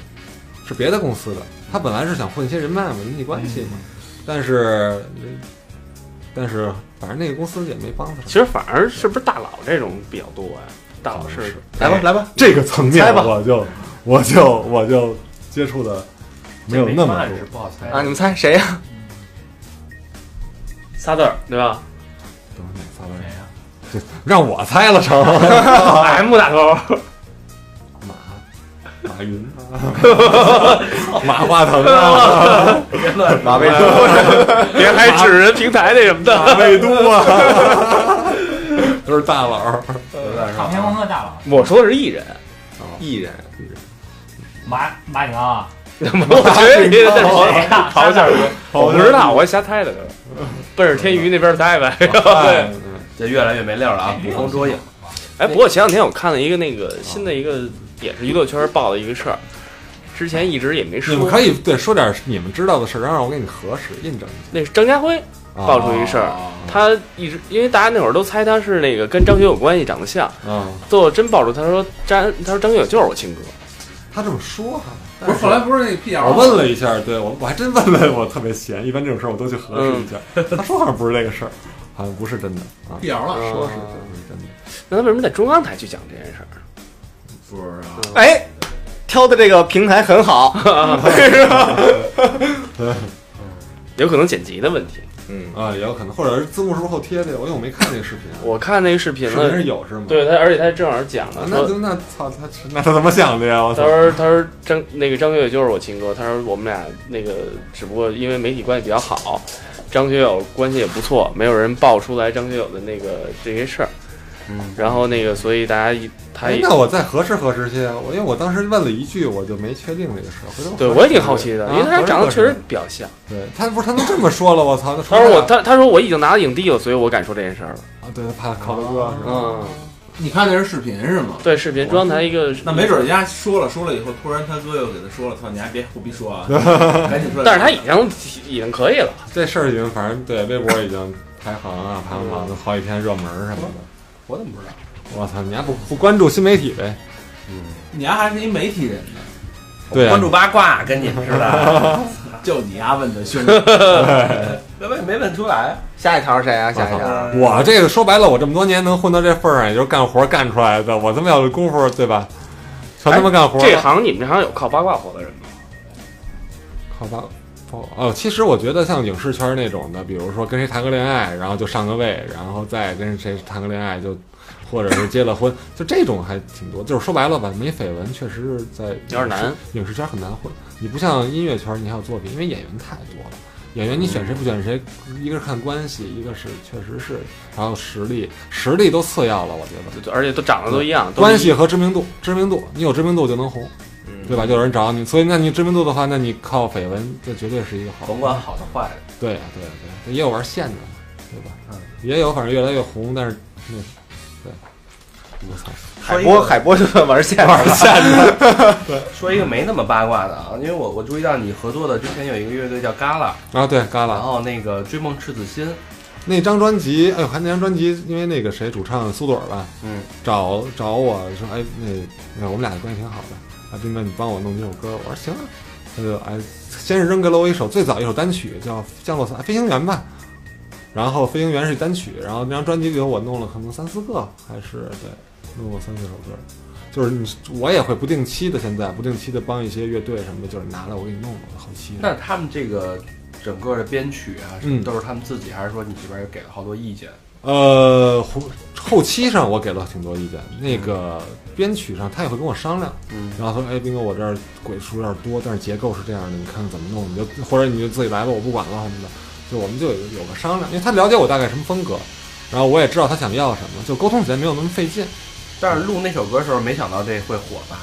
Speaker 6: 是别的公司的。他本来是想混一些人脉嘛，人际关系嘛，但是但是反正那个公司也没帮他。
Speaker 7: 其实反而是不是大佬这种比较多呀？大佬
Speaker 6: 好像
Speaker 7: 是哎
Speaker 5: 来吧
Speaker 6: 是
Speaker 10: 哎
Speaker 5: 来吧，
Speaker 6: 这个层
Speaker 5: 猜
Speaker 6: 面
Speaker 5: 吧
Speaker 6: 我就我就我就接触的没有
Speaker 1: 这没
Speaker 6: 那么
Speaker 1: 办法
Speaker 6: 多
Speaker 1: 是。不好猜
Speaker 5: 啊，你们猜谁呀？
Speaker 7: 仨字儿对吧
Speaker 6: 都是哪仨
Speaker 4: 谁
Speaker 6: 人？
Speaker 1: 啊
Speaker 4: 呀？
Speaker 6: 让我猜了成。
Speaker 7: ？M 打头，
Speaker 6: 马马云啊，马化腾啊，
Speaker 5: 马未都，
Speaker 7: 别还指人平台那什么的。
Speaker 6: 马未都啊，都是大佬儿。
Speaker 1: 有点
Speaker 4: 唱片公司的大佬
Speaker 7: 我说的是艺人，
Speaker 5: 艺人
Speaker 4: 马马景啊，
Speaker 2: 我觉得你 得
Speaker 4: 谁呀
Speaker 2: 刨一下儿，我
Speaker 6: 刨一下儿
Speaker 2: 不知道，我瞎猜的，就是奔着天娱那边儿猜呗。
Speaker 1: 哎
Speaker 2: 对，
Speaker 1: 这越来越没料了啊！捕风捉影，
Speaker 2: 哎，不过前两天我看了一个那个新的一个也是娱乐圈报的一个事儿，之前一直也没
Speaker 6: 你们
Speaker 2: 说。
Speaker 6: 可以对说点你们知道的事儿，然后让我给你核实印证一下。
Speaker 2: 那是张家辉
Speaker 6: 啊
Speaker 2: 爆出一事儿，他一直因为大家那会儿都猜他是那个跟张学友有关系，长得像。
Speaker 6: 嗯，
Speaker 2: 最后真爆出他说张他说张学友就是我亲哥，
Speaker 6: 他这么说哈，
Speaker 9: 不是后来不是那 P L
Speaker 6: 我问了一下，对我我还真问了，我特别闲，一般这种事儿我都去核实一下。他说好像不是这个事儿，好像不是真的啊，
Speaker 9: P L 了，
Speaker 6: 说是对不是真的。
Speaker 2: 那他为什么在中央台去讲这件事儿？
Speaker 9: 不知
Speaker 6: 啊
Speaker 9: 道。
Speaker 5: 哎，挑的这个平台 很好，
Speaker 2: 有可能剪辑的问题。
Speaker 6: 啊，也有可能，或者是字幕是不是后贴的？我因为我没看那个视频啊，
Speaker 2: 我看那个视频
Speaker 6: 视频
Speaker 2: 了
Speaker 6: 是，有是吗？
Speaker 2: 对他，而且他正好讲
Speaker 6: 啊，
Speaker 2: 了
Speaker 6: 那
Speaker 2: 说，
Speaker 6: 就那操他那他怎么想的呀？我操
Speaker 2: 他！说他说张那个张学友就是我亲哥，他说我们俩那个只不过因为媒体关系比较好，张学友关系也不错，没有人爆出来张学友的那个这些事儿。嗯，然后那个，所以大家一他
Speaker 6: 哎
Speaker 2: 一，
Speaker 6: 那我再核实核实去，啊我因为我当时问了一句，我就没确定这个事儿。回头
Speaker 2: 对
Speaker 6: 核实
Speaker 2: 我也挺好奇的，
Speaker 6: 啊
Speaker 2: 因为他
Speaker 6: 核实
Speaker 2: 长得
Speaker 6: 核
Speaker 2: 确实
Speaker 6: 实
Speaker 2: 比较像。
Speaker 6: 对他不是他都这么说了，我操！那
Speaker 2: 他说我他他说我已经拿了影帝了，所以我敢说这件事儿了。
Speaker 6: 啊，对他怕考德哥是吧？
Speaker 2: 嗯，
Speaker 9: 你看那是视频是吗？
Speaker 2: 对，视频中央台一个，
Speaker 10: 那没准人家说了说了以后，突然他哥又给他说了，操，你还别胡逼说 啊，赶紧说。
Speaker 2: 但是他已经已经可以了。
Speaker 6: 这事儿已经反正对微博已经排行啊排行榜都好几天热门儿什么的。
Speaker 9: 我怎么不知道？
Speaker 6: 我操！你还不不关注新媒体呗？
Speaker 10: 你丫还是一媒体人呢，
Speaker 6: 对啊，
Speaker 1: 关注八卦跟你们似的，
Speaker 10: 就你丫问的凶。
Speaker 1: 没问没问出来。
Speaker 5: 下一条是谁啊？下一条。
Speaker 6: 我这个说白了，我这么多年能混到这份儿上，也就是干活干出来的。我他妈要有功夫，对吧？全他妈干活了。
Speaker 2: 这行你们这行有靠八卦火的人吗？
Speaker 6: 好吧，哦哦，其实我觉得像影视圈那种的，比如说跟谁谈个恋爱，然后就上个位，然后再跟谁谈个恋爱就，或者是结了婚，就这种还挺多。就是说白了吧，没绯闻确实是在
Speaker 2: 有点难，
Speaker 6: 影视圈很难混。你不像音乐圈，你还有作品，因为演员太多了。演员你选谁不选谁，一个是看关系，一个是确实是，还有实力，实力都次要了，我觉得。
Speaker 2: 对而且都长得都一样，都是
Speaker 6: 关系和知名度，知名度，你有知名度就能红，对
Speaker 2: 嗯
Speaker 6: 吧？就有人找你，所以那你知名度的话，那你靠绯闻，这绝对是一个好。
Speaker 1: 甭管好的坏的，
Speaker 6: 对呀，对呀，啊对呀，也有玩线的，对吧？嗯，也有反正越来越红，但是那，对，我操，
Speaker 5: 海波海波就算玩线玩线，
Speaker 1: 说一个没那么八卦的啊，因为我我注意到你合作的之前有一个乐队叫 Gala，
Speaker 6: 啊，对，嘎
Speaker 1: 然
Speaker 6: 啦，
Speaker 1: 后那个追梦赤子心，
Speaker 6: 那张专辑，哎呦，还那张专辑，因为那个谁主唱苏朵儿吧，
Speaker 1: 嗯，
Speaker 6: 找找我说，哎，那那我们俩的关系挺好的，啊，斌哥，你帮我弄几首歌，我说行啊，他就哎，先是扔给了我一首最早一首单曲叫《降落伞飞行员》吧，然后《飞行员》是单曲，然后那张专辑给我弄了可能三四个，还是对，弄过三四首歌，就是你我也会不定期的，现在不定期的帮一些乐队什么的，就是拿来我给你弄弄后期的。
Speaker 1: 那他们这个整个的编曲啊，什么
Speaker 6: 嗯
Speaker 1: 都是他们自己，还是说你这边也给了好多意见？
Speaker 6: 呃，后后期上我给了挺多意见，那个编曲上他也会跟我商量，
Speaker 1: 嗯，
Speaker 6: 然后说，哎，斌哥，我这儿鬼数有点多，但是结构是这样的，你看看怎么弄，你就 或者你就自己来吧，我不管了什么的，就我们就有有个商量，因为他了解我大概什么风格，然后我也知道他想要什么，就沟通起来没有那么费劲。
Speaker 1: 但是录那首歌的时候，没想到这会火吧？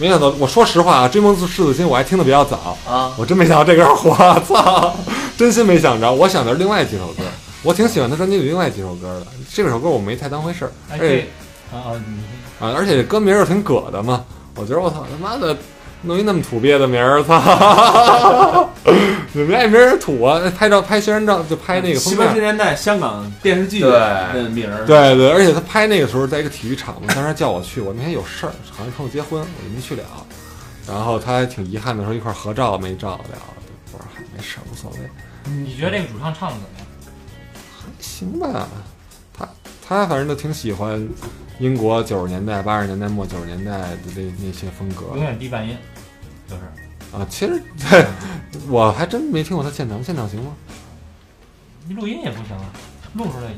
Speaker 6: 没想到，我说实话啊，《追梦赤子心》我还听的比较早，
Speaker 1: 啊，
Speaker 6: 我真没想到这歌火，操！ 真心没想着，我想的是另外几首歌，我挺喜欢他专辑里另外几首歌的，这首歌我没太当回事儿，
Speaker 4: 哎
Speaker 6: 而且
Speaker 4: 对，啊啊，你
Speaker 6: 啊，而且这歌名儿挺葛的嘛，我觉得我操他妈的，弄一那么土鳖的名儿，操！ 你们爱没人土啊？拍照拍宣传照就拍那个封
Speaker 10: 七八十
Speaker 6: 面，
Speaker 10: 年代香港电视剧
Speaker 1: 对
Speaker 10: 的名儿，
Speaker 6: 对对，而且他拍那个时候在一个体育场嘛，当时叫我去，我那天有事儿，好像朋友结婚，我就没去了。然后他还挺遗憾的说一块儿合照没照了，我说嗨没事儿无所谓，
Speaker 4: 你觉得这个主唱唱的怎么样？
Speaker 6: 行吧。他他反正就挺喜欢英国九十年代、八十年代末九十年代的那那些风格，
Speaker 4: 永远低半音，就是
Speaker 6: 啊，其实 对我还真没听过他现场，现场行吗？
Speaker 4: 你录音也不行啊，录出来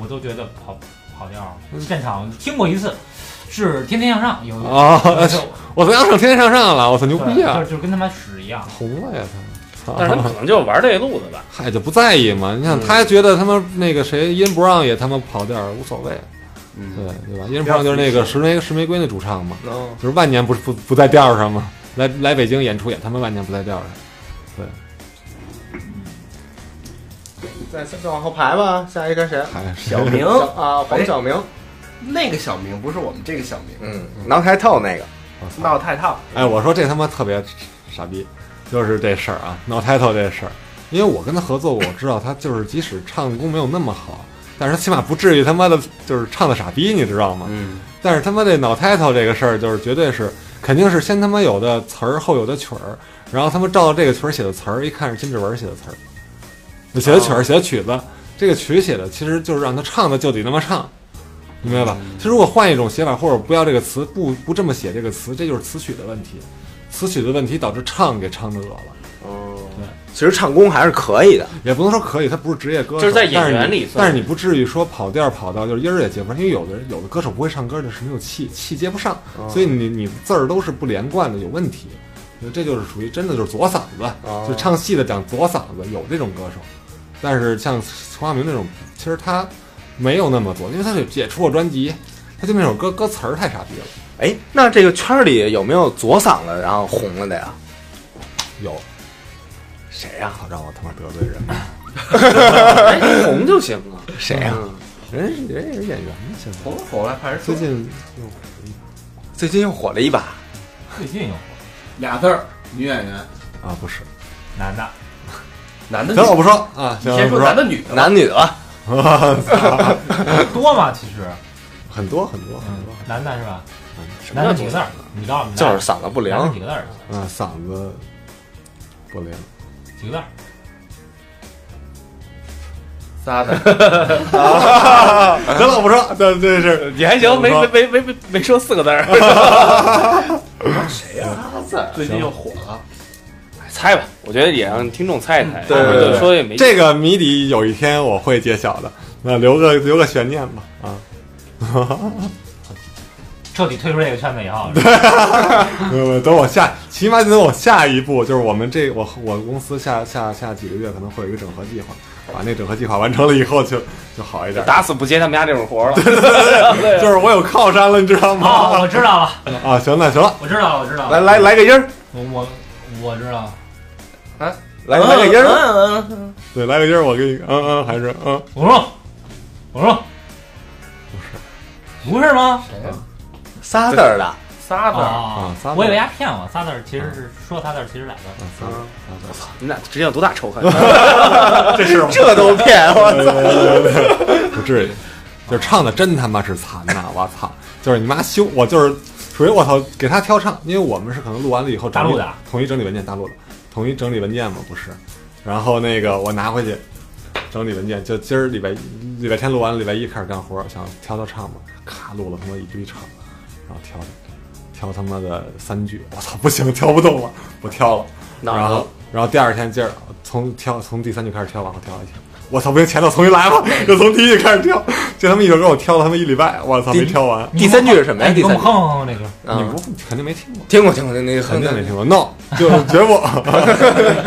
Speaker 4: 我都觉得跑跑调儿。现场听过一次，是《天天向上》
Speaker 2: 嗯
Speaker 4: 有
Speaker 6: 啊，
Speaker 4: 有一次
Speaker 6: 我操，要上天天上上了，我操，牛逼
Speaker 4: 对，
Speaker 6: 啊
Speaker 4: 就，是就跟他妈屎一样。
Speaker 6: 红了呀他。
Speaker 2: 但是他们可嗯能就玩这路子吧。
Speaker 6: 嗨，就不在意嘛。你想，他觉得他妈那个谁，音不让也他妈跑调儿，无所谓，对
Speaker 1: 嗯，
Speaker 6: 对吧？音不让就是那个石玫石玫瑰那主唱嘛，
Speaker 2: 哦
Speaker 5: 嗯
Speaker 6: 就是万年不不不在调儿上嘛。来来北京演出也他妈万年不带调上。对，
Speaker 5: 再再往后排吧，下一个谁？
Speaker 6: 还是
Speaker 1: 小明，
Speaker 5: 啊，黄晓明，
Speaker 1: 那个小明不是我们这个小明，
Speaker 5: 嗯，挠开透那个，
Speaker 6: 我操
Speaker 1: 闹太烫，
Speaker 6: 哎，我说这他妈特别傻逼，就是这事儿啊，闹 title 这事儿，因为我跟他合作过，我知道他就是即使唱功没有那么好，但是他起码不至于他妈的就是唱的傻逼，你知道吗？
Speaker 5: 嗯，
Speaker 6: 但是他妈这脑 title 这个事儿，就是绝对是肯定是先他妈有的词儿，后有的曲儿，然后他妈照着这个曲儿写的词儿，一看是金志文写的词儿，写的曲
Speaker 1: 哦
Speaker 6: 儿写的曲子，这个曲写的其实就是让他唱的就得那么唱，明白吧？
Speaker 7: 嗯
Speaker 6: 其实如果换一种写法，或者不要这个词，不不这么写这个词，这就是词曲的问题，词曲的问题导致唱给唱饿了。
Speaker 5: 哦，其实唱功还是可以的，
Speaker 6: 也不能说可以，他不是职业歌手，
Speaker 7: 就是在演员
Speaker 6: 但是你
Speaker 7: 里算
Speaker 6: 但是你不至于说跑调跑到就是音儿也接不上，因为有的人有的歌手不会唱歌，就是没有气，气接不上，
Speaker 7: 哦
Speaker 6: 所以你你字儿都是不连贯的，有问题。所以这就是属于真的就是左嗓子，
Speaker 5: 哦
Speaker 6: 就唱戏的讲左嗓子，有这种歌手。但是像黄晓明这种，其实他没有那么左，因为他也也出过专辑，他就那首歌歌词儿太傻逼了。
Speaker 5: 哎，那这个圈儿里有没有左嗓子然后红了的呀？
Speaker 6: 有
Speaker 5: 谁呀、
Speaker 6: 操，让我他妈得罪人，
Speaker 7: 哎，红就行了。
Speaker 5: 谁呀、
Speaker 6: 人人也是演员呢，现在
Speaker 1: 红不红了，看人
Speaker 6: 最
Speaker 1: 说
Speaker 6: 近
Speaker 5: 最近又火了一把，
Speaker 4: 最近有
Speaker 10: 俩字儿，女演员。
Speaker 6: 啊不是，
Speaker 4: 男的，
Speaker 1: 男的女
Speaker 6: 行了，我
Speaker 1: 的，
Speaker 6: 不说啊，行
Speaker 1: 你
Speaker 6: 了，
Speaker 1: 先
Speaker 6: 我不
Speaker 1: 说
Speaker 6: 说
Speaker 1: 男的女的吧，
Speaker 5: 男女的吧？
Speaker 4: 多吗？其实，
Speaker 6: 很多很多很
Speaker 4: 嗯
Speaker 6: 多，，
Speaker 4: 男的是吧？
Speaker 5: 什
Speaker 4: 男的几个字儿？你告诉我们，
Speaker 5: 就是嗓子不
Speaker 4: 男的
Speaker 5: 灵
Speaker 4: 几，个字儿？
Speaker 6: 啊，嗓子不灵，
Speaker 4: 几个字儿？
Speaker 1: 仨的，
Speaker 6: 得了，我不说，对对是，
Speaker 7: 你还行，没没没没没没说四个字儿，
Speaker 1: 最近又火了，
Speaker 7: 猜吧。我觉得也让听众猜一
Speaker 6: 嗯
Speaker 7: 猜，
Speaker 5: 对对对
Speaker 7: 说的也没
Speaker 6: 这个谜底有一天我会揭晓的，那留个留个悬念吧，啊，
Speaker 4: 彻底退出这个圈子以 后，
Speaker 6: 呃等我下，起码等我下一步，就是我们这我我公司下下下几个月可能会有一个整合计划，把那整合计划完成了以后就就好一点，
Speaker 7: 打死不接他们家这种活儿了。
Speaker 6: 就是我有靠山了，你知道
Speaker 4: 哦，
Speaker 6: 吗？
Speaker 4: 我知道了，
Speaker 6: 啊，行，那行了，
Speaker 4: 我知道了，我知道
Speaker 5: 来
Speaker 4: 了，
Speaker 5: 来来个音儿，
Speaker 4: 我我我知道了，
Speaker 5: 来来个音儿，
Speaker 2: 嗯
Speaker 6: 对，来个音儿，我给你，嗯嗯，还是嗯，
Speaker 4: 我说，我说，不是，不是吗？
Speaker 5: 仨字儿的，
Speaker 1: 仨的，
Speaker 4: 啊
Speaker 6: 仨字儿
Speaker 4: 我以为他骗我，仨字儿其实是说仨字儿，其实俩字儿。
Speaker 7: 你俩之间有多大仇恨？
Speaker 6: 这是
Speaker 5: 这都骗我操！
Speaker 6: 不至于，就是唱的真他妈是惨呐、我操！就是你妈修，我就是属于我操，给他挑唱，因为我们是可能录完了以后整理
Speaker 4: 大陆的啊
Speaker 6: 统一整理文件，大陆的统一整理文件嘛，不是？然后那个我拿回去整理文件，就今儿礼拜一礼拜天录完了，礼拜一开始干活，想挑挑唱嘛，咔录了他妈一堆唱，然后挑着挑他妈的三句，我操，不行，挑不动了，不挑了。
Speaker 7: 脑子
Speaker 6: 然后然后第二天接着从挑从第三句开始挑，往后挑一挑。我操，不行，前头重新 来吧，又从第一句开始挑，就他们一首歌我挑了他们一礼拜，我操，没挑完。
Speaker 5: 第三句是什么呀？
Speaker 4: 哎，
Speaker 5: 第
Speaker 4: 你给我
Speaker 5: 三
Speaker 4: 们
Speaker 5: 句
Speaker 4: 哼哼哼那歌，
Speaker 5: 啊
Speaker 6: 你不肯定没听过，
Speaker 5: 听过听过，那个
Speaker 6: 肯定没听过，no，就是绝不，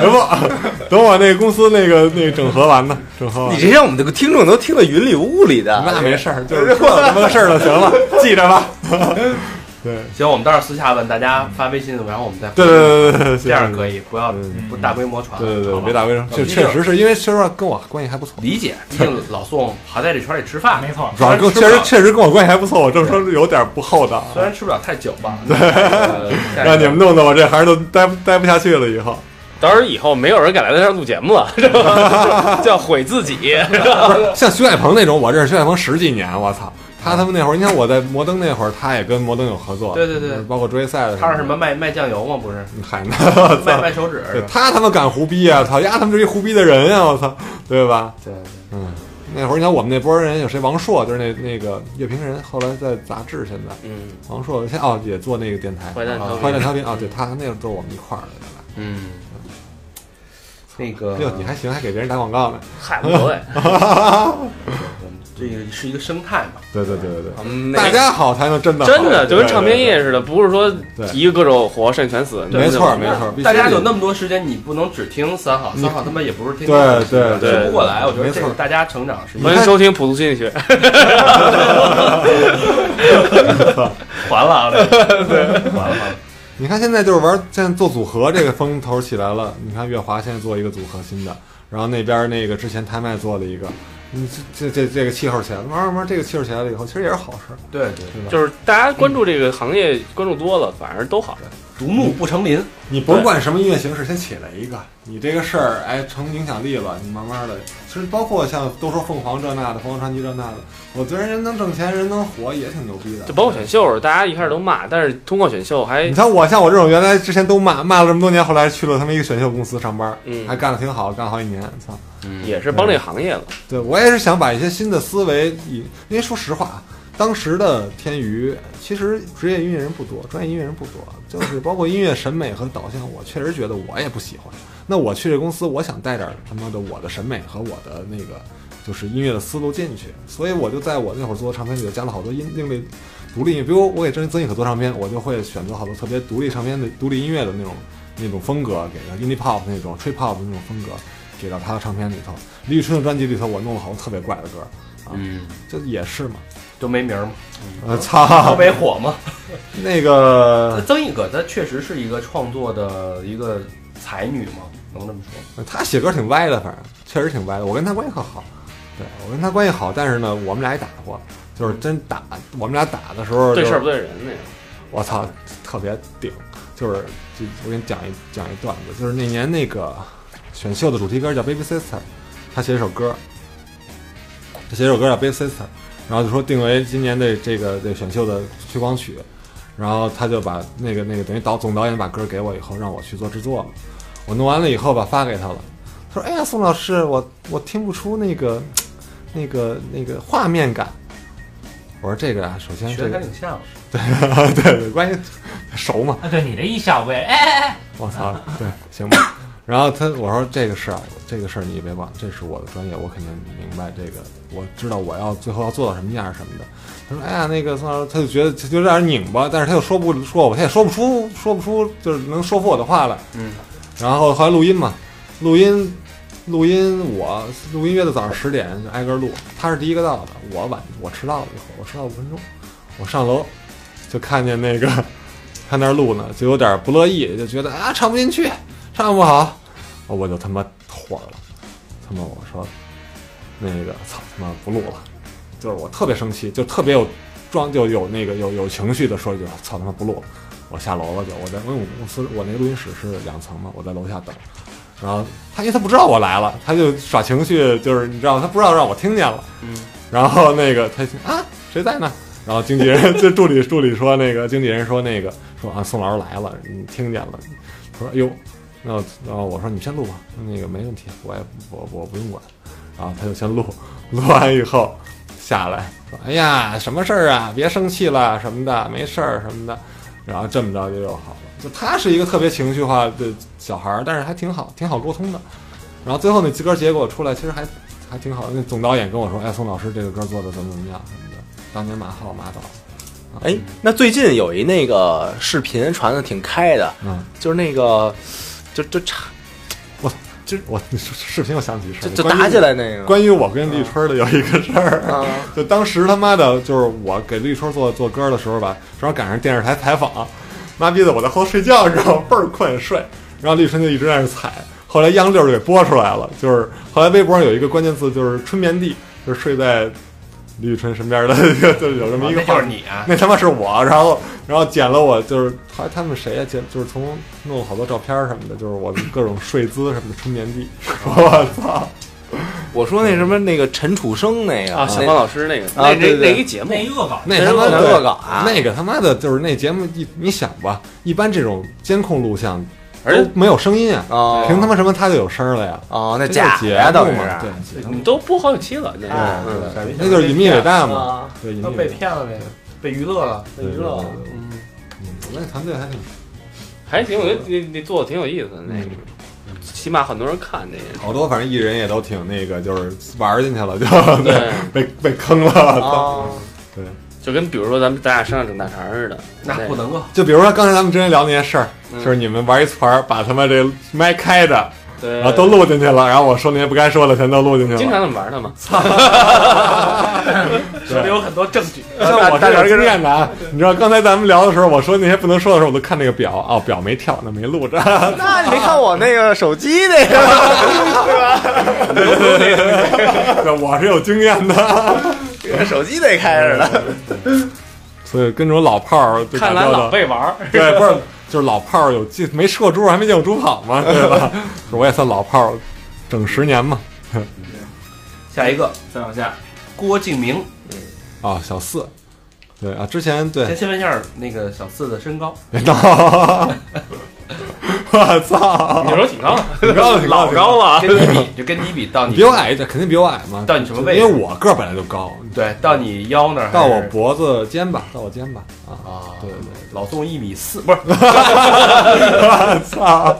Speaker 6: 绝不。等我那个公司那个那个整合完呢，整合完
Speaker 5: 你。这让我们这个听众都听得云里雾里的。哎
Speaker 6: 那没事儿，就是知道什么事儿了，行了，记着 吧。对
Speaker 1: 行，我们到时候私下问大家发微信，然后我们再
Speaker 6: 对对对对对，
Speaker 1: 这样
Speaker 6: 以。
Speaker 1: 可以，不要
Speaker 6: 嗯
Speaker 1: 不大规模传，
Speaker 6: 对
Speaker 1: 好
Speaker 6: 对对，
Speaker 1: 吧
Speaker 6: 别打
Speaker 5: 啊
Speaker 6: 卫生，
Speaker 1: 我
Speaker 6: 就
Speaker 1: 们
Speaker 6: 确实是因为说实话跟我关系还不错，
Speaker 1: 理解，毕竟老宋还在这圈里吃
Speaker 2: 啊
Speaker 1: 饭，
Speaker 4: 没错，
Speaker 6: 主要跟
Speaker 1: 吃
Speaker 6: 确
Speaker 1: 不
Speaker 6: 实
Speaker 1: 了
Speaker 6: 确实跟我关系还不错，我这么说有点不厚道啊。
Speaker 1: 虽然吃不了太久吧， 呃下一个
Speaker 6: 让你们弄得我这行都待不待不下去了。以后
Speaker 7: 到时候以后没有人敢来咱这儿录节目了，是 吧？叫毁自己。
Speaker 6: 像徐海鹏那种，我认识徐海鹏十几年，我操，他他们那会儿，你看我在摩登那会儿，他也跟摩登有合作，
Speaker 1: 对对对
Speaker 6: 包括追赛的时候，
Speaker 1: 他是什么卖卖酱油吗？不 是
Speaker 6: 海南，我
Speaker 1: 卖
Speaker 6: 操，
Speaker 1: 卖手指是
Speaker 6: 对
Speaker 1: 吧？
Speaker 6: 他他妈敢胡逼啊，操，丫他们是一胡逼的人啊，我操，对吧？
Speaker 1: 对，对
Speaker 6: 嗯，那会儿你看我们那波人有谁？王朔就是那那个乐评人，后来在杂志，现在
Speaker 7: 嗯
Speaker 6: 王朔现在哦也做那个电台，
Speaker 7: 坏蛋调
Speaker 6: 啊
Speaker 7: 频
Speaker 6: 坏蛋调频啊，对他那个都是我们一块儿的。
Speaker 7: 嗯，
Speaker 1: 那个
Speaker 6: 哎哟，你还行，还给别人打广告呢。
Speaker 7: 嗨，无 所谓。
Speaker 1: 这个是一个生态嘛，
Speaker 6: 对对对对对，
Speaker 5: 嗯，那
Speaker 6: 大家好才能真的好
Speaker 7: 真的就跟唱片业似的，不是说
Speaker 6: 对
Speaker 7: 一个歌手火剩全死。
Speaker 6: 没错儿没错儿，必须
Speaker 1: 大家
Speaker 6: 得
Speaker 1: 有那么多时间，你不能只听三好，三好他妈也不是听
Speaker 6: 对对
Speaker 7: 对
Speaker 1: 听不过来。我觉得
Speaker 6: 没
Speaker 1: 这
Speaker 6: 错
Speaker 1: 个大家成长是一个
Speaker 7: 欢迎收听朴素心理学。
Speaker 1: 完了啊，这个完了完了。
Speaker 6: 你看现在就是玩，现在做组合这个风头起来了。你看月华现在做一个组合新的，然后那边那个之前拍卖做了一个，你这这这这个气候起来了，慢慢慢慢这个气候起来了以后，其实也是好事儿，
Speaker 1: 对对，
Speaker 6: 对吧？
Speaker 2: 就是大家关注这个行业关注多了，反而都好。
Speaker 1: 独木不成林，
Speaker 6: 你甭管什么音乐形式，先起来一个，你这个事儿哎成影响力了，你慢慢的，其实包括像都说凤凰这那的，凤凰传奇这那的，我觉得人能挣钱，人能火也挺牛逼的。
Speaker 2: 就包括选秀，大家一开始都骂，但是通过选秀还
Speaker 6: 你像我像我这种原来之前都骂骂了这么多年，后来去了他们一个选秀公司上班，
Speaker 2: 嗯
Speaker 6: 还干得挺好，干了好几年，操。
Speaker 5: 嗯
Speaker 2: 也是帮这个行业了。
Speaker 6: 对我也是想把一些新的思维以，因为说实话，啊当时的天娱其实职业音乐人不多，专业音乐人不多，就是包括音乐审美和导向，我确实觉得我也不喜欢。那我去这公司，我想带点儿他妈的我的审美和我的那个就是音乐的思路进去，所以我就在我那会儿做的唱片里就加了好多音另类独立，比如我给曾曾轶可做唱片，我就会选择好多特别独立唱片的独立音乐的那种那种风格，给到 indie pop 那种 trip hop 那种风格，给到他的唱片里头。李宇春的专辑里头，我弄了好多特别怪的歌，
Speaker 1: 嗯，
Speaker 6: 这也是嘛。
Speaker 1: 都没名儿嘛，
Speaker 6: 我
Speaker 1: 都
Speaker 9: 啊
Speaker 6: 操，
Speaker 1: 没火嘛。
Speaker 6: 那个
Speaker 1: 曾轶可她确实是一个创作的一个才女嘛，能这么说？
Speaker 6: 他写歌挺歪的，反正确实挺歪的。我跟他关系可好，对我跟他关系好，但是呢，我们俩也打过，就是真打，我们俩打的时候就
Speaker 2: 对事儿不对人那个。
Speaker 6: 我操，特别顶。就是就我给你讲一讲一段子，就是那年那个选秀的主题歌叫《Baby Sister》，他写了一首歌，他写了一首歌叫《Baby Sister》，然后就说定为今年的这个这个选秀的推广曲，然后他就把那个那个等于导总导演把歌给我以后，让我去做制作嘛。我弄完了以后吧，发给他了。他说：“哎呀，宋老师，我我听不出那个那个那个画面感。”我说：“这个啊，首先
Speaker 1: 学
Speaker 6: 这
Speaker 1: 得还
Speaker 6: 个
Speaker 1: 挺像，
Speaker 6: 对啊对对，关系熟嘛。”
Speaker 4: 啊，对你这一下我也哎哎哎，
Speaker 6: 我操，对，行吧。然后他我说这个事儿，这个事儿你别管，这是我的专业，我肯定明白这个，我知道我要最后要做到什么样儿什么的。他说哎呀，那个宋老师，他就觉得他就有点拧巴，但是他又说不说我，他也说不出说不出就是能说服我的话来。
Speaker 1: 嗯。
Speaker 6: 然后后来录音嘛，录音录音我录音约的早上十点就挨个录，他是第一个到的，我晚我迟到了一会儿，我迟到五分钟，我上楼就看见那个。他那儿录呢，就有点不乐意，就觉得啊唱不进去，唱不好，我就他妈火了，他妈我说那个操他妈不录了，就是我特别生气，就特别有装就有那个有有情绪的说一句操他妈不录了，我下楼了就我在嗯因为我们公司我那个录音室是两层嘛，我在楼下等。然后他因为他不知道我来了，他就耍情绪，就是你知道他不知道让我听见了，
Speaker 1: 嗯，
Speaker 6: 然后那个他一听啊谁在呢？然后经纪人就助理助理说那个经纪人说那个说啊宋老师来了，你听见了？他说哎呦，那然后我说你先录吧，那个没问题，我也我我不用管。然后他就先录，录完以后下来说哎呀什么事儿啊，别生气了什么的，没事儿什么的。然后这么着就又好了。就他是一个特别情绪化的小孩儿，但是还挺好，挺好沟通的。然后最后那歌结果出来，其实还还挺好。那总导演跟我说：“哎，宋老师这个歌做的怎么怎么样什么的。”当年马浩马导，
Speaker 5: 哎，那最近有一那个视频传的挺开的，
Speaker 6: 嗯，
Speaker 5: 就是那个，就就差
Speaker 6: 我你说视频又想起一事
Speaker 5: 就
Speaker 6: 儿，
Speaker 5: 就
Speaker 6: 关于
Speaker 5: 打起来那个，
Speaker 6: 关于我跟立春的有一个事儿，
Speaker 5: 啊，
Speaker 6: 就当时他妈的，就是我给立春做做歌的时候吧，正好赶上电视台采访，妈逼的我在后头睡觉，你知道吗？倍儿困睡，然后立春就一直在那踩，后来央六就给播出来了，就是后来微博上有一个关键字就是春眠地，就是睡在立春身边的， 就是有这么一个
Speaker 1: 那就
Speaker 6: 画面
Speaker 1: 是你啊，
Speaker 6: 那他妈是我，然后然后剪了我，就是后来他们谁呀、啊剪就是从弄了好多照片什么的，就是我各种睡姿什么的，春眠地， 我操，
Speaker 5: 我说那什么那个陈楚生那个
Speaker 2: 啊，小
Speaker 5: 那
Speaker 2: 方老师那个
Speaker 5: 啊
Speaker 2: 那那
Speaker 5: 对对
Speaker 2: 那一个节目
Speaker 4: 那，一恶搞，
Speaker 6: 那他妈
Speaker 5: 那
Speaker 6: 的
Speaker 5: 恶搞啊
Speaker 6: 那个他妈的就是那节目一你想吧，一般这种监控录像
Speaker 2: 而且
Speaker 6: 都没有声音啊，
Speaker 5: 哦，
Speaker 6: 凭他妈什么他就有声儿了呀？
Speaker 5: 哦，那
Speaker 6: 这就是
Speaker 5: 假
Speaker 6: 节
Speaker 5: 呀，等于
Speaker 6: 目嘛，
Speaker 5: 是
Speaker 6: 对，
Speaker 2: 你
Speaker 1: 嗯
Speaker 2: 都播好几期了，那
Speaker 6: 哎
Speaker 1: 啊
Speaker 2: 个嗯
Speaker 1: 对
Speaker 6: 那就是隐秘伟大嘛，
Speaker 2: 啊，
Speaker 6: 对，隐
Speaker 1: 都
Speaker 6: 秘
Speaker 1: 被
Speaker 6: 伟大。
Speaker 1: 骗了呗，被娱乐了，
Speaker 2: 那娱乐
Speaker 1: 嗯，
Speaker 6: 嗯，我那团队还挺
Speaker 2: 还挺有，你你做的挺有意思的那个，起码很多人看这个，
Speaker 6: 好多，反正艺人也都挺那个，就是玩儿进去了，就
Speaker 2: 对，
Speaker 6: 被被坑了。
Speaker 1: 哦
Speaker 5: 啊，
Speaker 2: 就跟比如说咱们咱俩商量整大肠似的，
Speaker 1: 那不能够，
Speaker 6: 就比如说刚才咱们之前聊那些事儿，
Speaker 2: 嗯
Speaker 6: 就是你们玩一团儿，把他妈这麦开着，
Speaker 2: 对，
Speaker 6: 然后啊都录进去了，然后我说那些不该说的全都录进去了。
Speaker 2: 经常这么玩他嘛。
Speaker 1: 手里有很多证据。
Speaker 6: 像我这有经验的啊， 你知道刚才咱们聊的时候，我说那些不能说的时候，我都看那个表啊、哦，表没跳，那没录着。
Speaker 5: 那你没看我那个手机那个？
Speaker 6: 对我是有经验的，
Speaker 5: 手机得开着呢。
Speaker 6: 所以跟这种老炮儿就打
Speaker 2: 看来
Speaker 6: 交
Speaker 2: 老
Speaker 6: 道，
Speaker 2: 被玩儿，
Speaker 6: 对，不是就是老炮儿有进没射过猪，还没见过猪跑嘛，对吧？ 我也算老炮儿，整十年嘛。
Speaker 1: 下一个，
Speaker 10: 再往下，
Speaker 1: 郭敬明。
Speaker 6: 啊，小四，对啊，之前
Speaker 1: 先
Speaker 6: 对，
Speaker 1: 先问一下那个小四的身高，
Speaker 6: 别闹， 我操，
Speaker 2: 你说挺高的，
Speaker 6: 挺高的，挺高的，挺高的。啊
Speaker 2: 了。
Speaker 1: 跟你比，就跟你比到你
Speaker 6: 比我矮一点，肯定比我矮嘛。
Speaker 1: 到你什么位置
Speaker 6: 因为我个儿本来就高，
Speaker 1: 对，到你腰那儿还是，
Speaker 6: 到我脖子肩膀，到我肩 膀 啊！
Speaker 1: 啊，
Speaker 6: 对对，
Speaker 1: 老宋一米四， 不是
Speaker 6: 我操！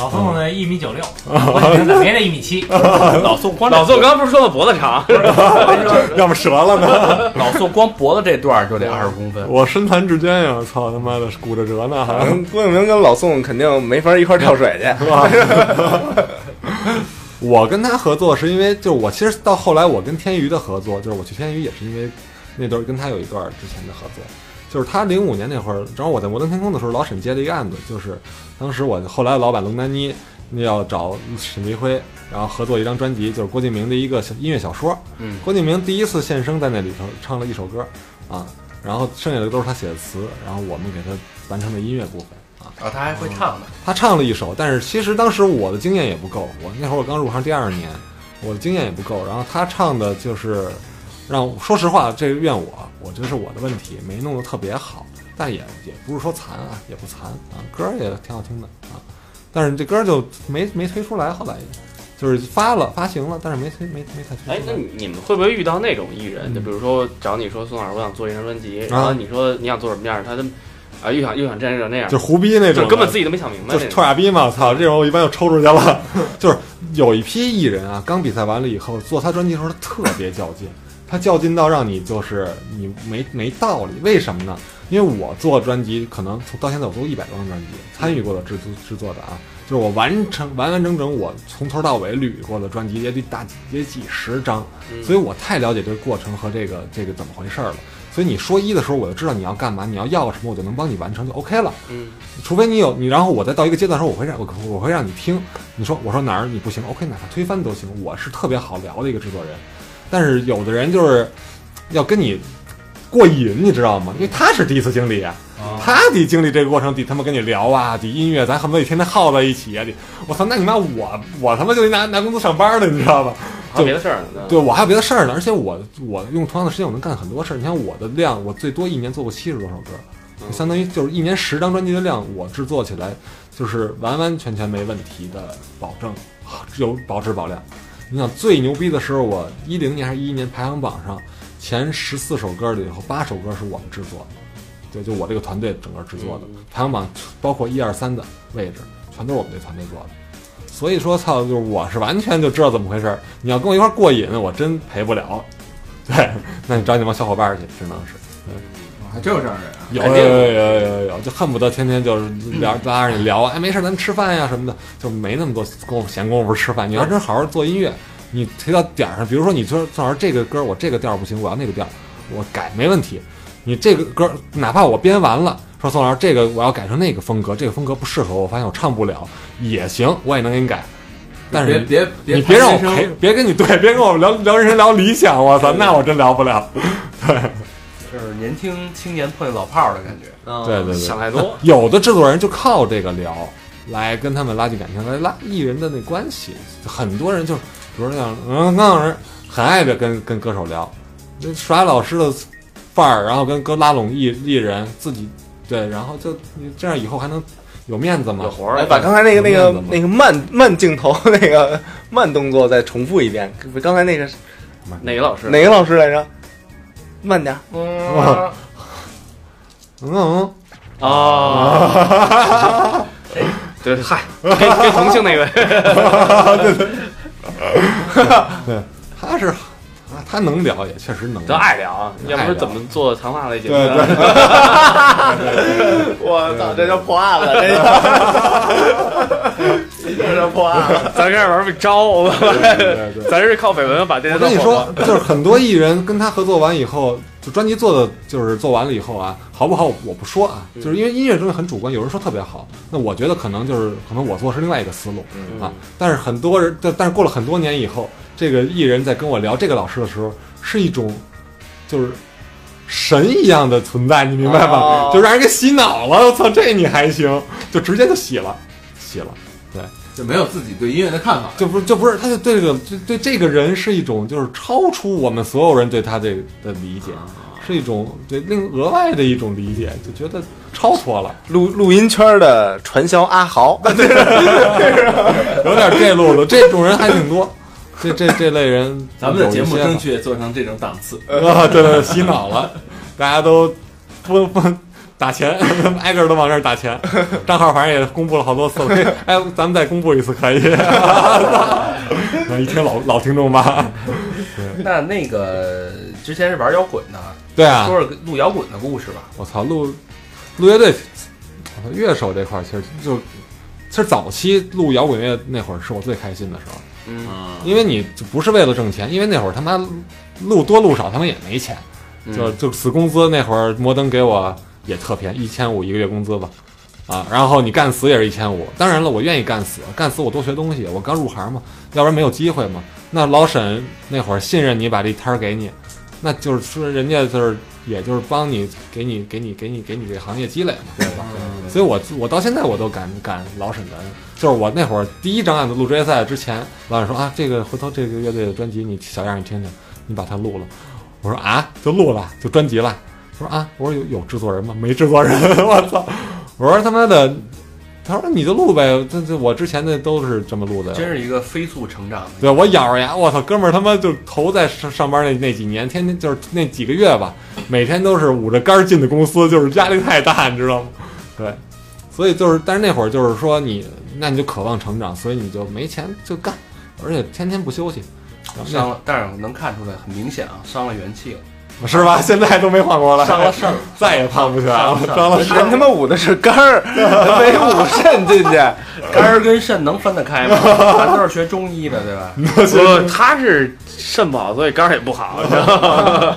Speaker 4: 老宋呢一米九六，我只是别的一米七，
Speaker 1: 老宋光
Speaker 2: 老宋刚刚不是说到脖子长，
Speaker 6: 啊要么折了呢？
Speaker 1: 老宋光脖子这段儿就得二十公分，
Speaker 6: 我身残志坚呀！操他妈的，骨着折呢还。
Speaker 5: 郭敬明跟老宋肯定没法一块儿跳水去。
Speaker 6: 我跟他合作是因为，就是我其实到后来我跟天娱的合作，就是我去天娱也是因为那段跟他有一段之前的合作，就是他零五年那会儿，正好我在摩登天空的时候，老沈接了一个案子，就是当时我后来老板龙丹妮那要找沈黎辉，然后合作一张专辑，就是郭敬明的一个小音乐小说，
Speaker 1: 嗯，
Speaker 6: 郭敬明第一次现身在那里头唱了一首歌啊，然后剩下的都是他写的词，然后我们给他完成的音乐部分。
Speaker 1: 啊，他还会唱呢，
Speaker 6: 他唱了一首，但是其实当时我的经验也不够，我那会儿我刚入行第二年，我的经验也不够。然后他唱的就是让我说实话，这个怨我，我觉得是我的问题，没弄得特别好，但也也不是说残啊，也不残啊，歌儿也挺好听的啊，但是这歌儿就没没推出来，后来也就是发了发行了，但是没推没没太推出来。
Speaker 2: 哎，那你你们会不会遇到那种艺人？就比如说找你说宋老师，我想做一张专辑，
Speaker 6: 啊
Speaker 2: 然后你说你想做什么样，他都啊又想又想这样又想那样，
Speaker 6: 就胡逼那
Speaker 2: 就
Speaker 6: 种的，
Speaker 2: 根本自己都没想明白
Speaker 6: 就
Speaker 2: 那
Speaker 6: 是
Speaker 2: 种。
Speaker 6: 臭傻逼嘛！我操，这种我一般就抽出去了。 就是有一批艺人啊，刚比赛完了以后，做他专辑的时候，他特别较劲，他较劲到让你就是你没没道理。为什么呢？因为我做专辑，可能从到现在我做一百多张专辑，参与过的制作制作的啊，就是我完成完完整整我从头到尾捋过的专辑也得大几也几十张，
Speaker 2: 嗯
Speaker 6: 所以我太了解这个过程和这个这个怎么回事儿了。所以你说一的时候，我就知道你要干嘛，你要要什么，我就能帮你完成，就 OK 了。
Speaker 2: 嗯，
Speaker 6: 除非你有你，然后我再到一个阶段的时候，我会让我我会让你听，你说我说哪儿你不行，OK，哪怕推翻都行，我是特别好聊的一个制作人。但是有的人就是要跟你过瘾，你知道吗？因为他是第一次经历啊，
Speaker 2: 哦
Speaker 6: 他得经历这个过程，得他妈跟你聊啊，得音乐，咱恨不得得天天耗在一起啊，得我操，那你妈我我他妈就得拿拿工资上班的，你知道吧？
Speaker 2: 还有别的事儿呢。嗯
Speaker 6: 对我还有别的事儿呢，而且我我用同样的时间我能干很多事儿。你看我的量，我最多一年做过七十多首歌，
Speaker 2: 嗯
Speaker 6: 就相当于就是一年十张专辑的量，我制作起来就是完完全全没问题的，保证啊有保质保量。你想最牛逼的时候，我一零年还是一一年排行榜上前十四首歌里头，八首歌是我们制作的，对，就我这个团队整个制作
Speaker 2: 嗯
Speaker 6: 的排行榜，包括一二三的位置，全都是我们这团队做的。所以说，操，就是我是完全就知道怎么回事儿。你要跟我一块儿过瘾，我真陪不了。对，那你找你帮小伙伴儿去，只能是
Speaker 10: 还真有这样人啊！
Speaker 6: 有有有有有有，就恨不得天天就是聊拉着你聊啊，哎，没事儿，咱吃饭呀什么的，就没那么多功夫闲工夫吃饭。你要真好好做音乐，你提到点儿上，比如说你说正好这个歌我这个调儿不行，我要那个调儿，我改没问题。你这个歌哪怕我编完了，说宋老师这个我要改成那个风格，这个风格不适合我，我发现我唱不了也行，我也能给你改。但是
Speaker 10: 别
Speaker 6: 你
Speaker 10: 别别，
Speaker 6: 你别让我陪，别跟你对，别跟我聊聊人生聊理想，我 操，那我真聊不了。
Speaker 9: 啊
Speaker 1: 就是年轻青年碰见老炮儿的感觉。
Speaker 2: 嗯
Speaker 6: 对对对
Speaker 2: 想太 多。
Speaker 6: 有的制作人就靠这个聊来跟他们拉近感情，来拉艺人的那关系。很多人就是，比如那样，嗯，那种人很爱的跟跟歌手聊，就耍老师的范儿，然后跟哥拉拢艺艺人，自己对，然后就你这样以后还能有面子吗？
Speaker 2: 有活儿
Speaker 5: 哎把刚才那个那
Speaker 6: 有
Speaker 5: 个
Speaker 6: 面子吗
Speaker 5: 那个慢慢镜头 那个慢动作再重复一遍。刚才那个是
Speaker 2: 哪个老师？
Speaker 5: 哪个老师来着？慢点儿，
Speaker 6: 哇嗯嗯，
Speaker 2: 啊？哦 对，嗨，跟跟重庆那个，
Speaker 6: 他是啊，他能聊，也确实能
Speaker 7: 咱
Speaker 6: 聊。
Speaker 7: 爱聊啊，要不
Speaker 6: 爱
Speaker 7: 是
Speaker 6: 聊
Speaker 7: 怎么做谈话类节目
Speaker 6: 对
Speaker 7: 呢？
Speaker 6: 对，
Speaker 5: 我操，这就破案了，这就， 一定是破案了。
Speaker 7: 咱这玩意儿被招，我
Speaker 6: 对对
Speaker 7: 咱是靠绯闻把这些
Speaker 6: 我
Speaker 7: 都
Speaker 6: 跟你
Speaker 7: 火了
Speaker 6: 说，就是很多艺人跟他合作完以后，就专辑做的就是做完了以后啊，好不好我不说啊，
Speaker 7: 嗯
Speaker 6: 就是因为音乐东西很主观，有人说特别好，那我觉得可能就是可能我做的是另外一个思路
Speaker 7: 嗯
Speaker 6: 啊。但是很多人，但但是过了很多年以后，这个艺人在跟我聊这个老师的时候，是一种就是神一样的存在，你明白吧？
Speaker 5: 哦
Speaker 6: 就让人给洗脑了，我操，这你还行，就直接就洗了，洗了。
Speaker 9: 就没有自己对音乐的看法。
Speaker 6: 就不就不是，他就对这个对对这个人是一种就是超出我们所有人对他这的理解，是一种对另额外的一种理解，就觉得超脱了，
Speaker 5: 录录音圈的传销阿 豪，
Speaker 6: 有点这路了。这种人还挺多， 这这这类人，
Speaker 10: 咱们的节目争
Speaker 6: 争取
Speaker 10: 取也做成这种档次。
Speaker 6: 啊，对对，洗脑了，大家都不不打钱， 挨个儿都往这儿打钱，账号反正也公布了好多次了，可以哎，咱们再公布一次可以。 一听老老听众吧，
Speaker 1: 那那个之前是玩摇滚的，
Speaker 6: 对啊，
Speaker 1: 说说录摇滚的故事吧。
Speaker 6: 我操，录录乐队，我操乐手这块儿其实就其实早期录摇滚乐那会儿是我最开心的时候，
Speaker 10: 嗯，
Speaker 6: 因为你就不是为了挣钱，因为那会儿他妈录多录少他妈也没钱，就就死工资那会儿摩登给我也特便宜，一千五一个月工资吧。啊，然后你干死也是一千五，当然了，我愿意干死，干死我多学东西，我刚入行嘛，要不然没有机会嘛。那老沈那会儿信任你，把这摊儿给你，那就是说人家就是也就是帮你给你给你给你给你这行业积累嘛，对吧？所以我我到现在我都感感老沈的恩，就是我那会儿第一张案子录职业赛之前，老沈说啊，这个回头这个乐队的专辑你小样儿你听听，你把它录了。我说啊，就录了，就专辑了。他说啊，我说有有制作人吗？没制作人， 我操！我说他妈的，他说你就录呗，这这我之前的都是这么录的呀。
Speaker 1: 真是一个飞速成长的。
Speaker 6: 对我咬着牙，我操，哥们儿他妈就头在上上班那那几年，天天就是那几个月吧，每天都是捂着肝儿进的公司，就是压力太大，你知道吗？对，所以就是，但是那会儿就是说你，那你就渴望成长，所以你就没钱就干，而且天天不休息，然后
Speaker 1: 伤了，但是我能看出来，很明显啊，伤了元气了，
Speaker 6: 那 是 吧？现在都没缓过来，
Speaker 1: 伤了事儿，
Speaker 6: 再也胖不起来了，
Speaker 1: 上了
Speaker 6: 伤了事
Speaker 5: 人他妈捂的是肝 儿，没捂肾进去。
Speaker 9: 哎
Speaker 1: 肝儿跟肾能分得开吗？咱都是学中医的，对吧？
Speaker 7: 不，他是肾不好，所以肝儿也不好，你知道吗？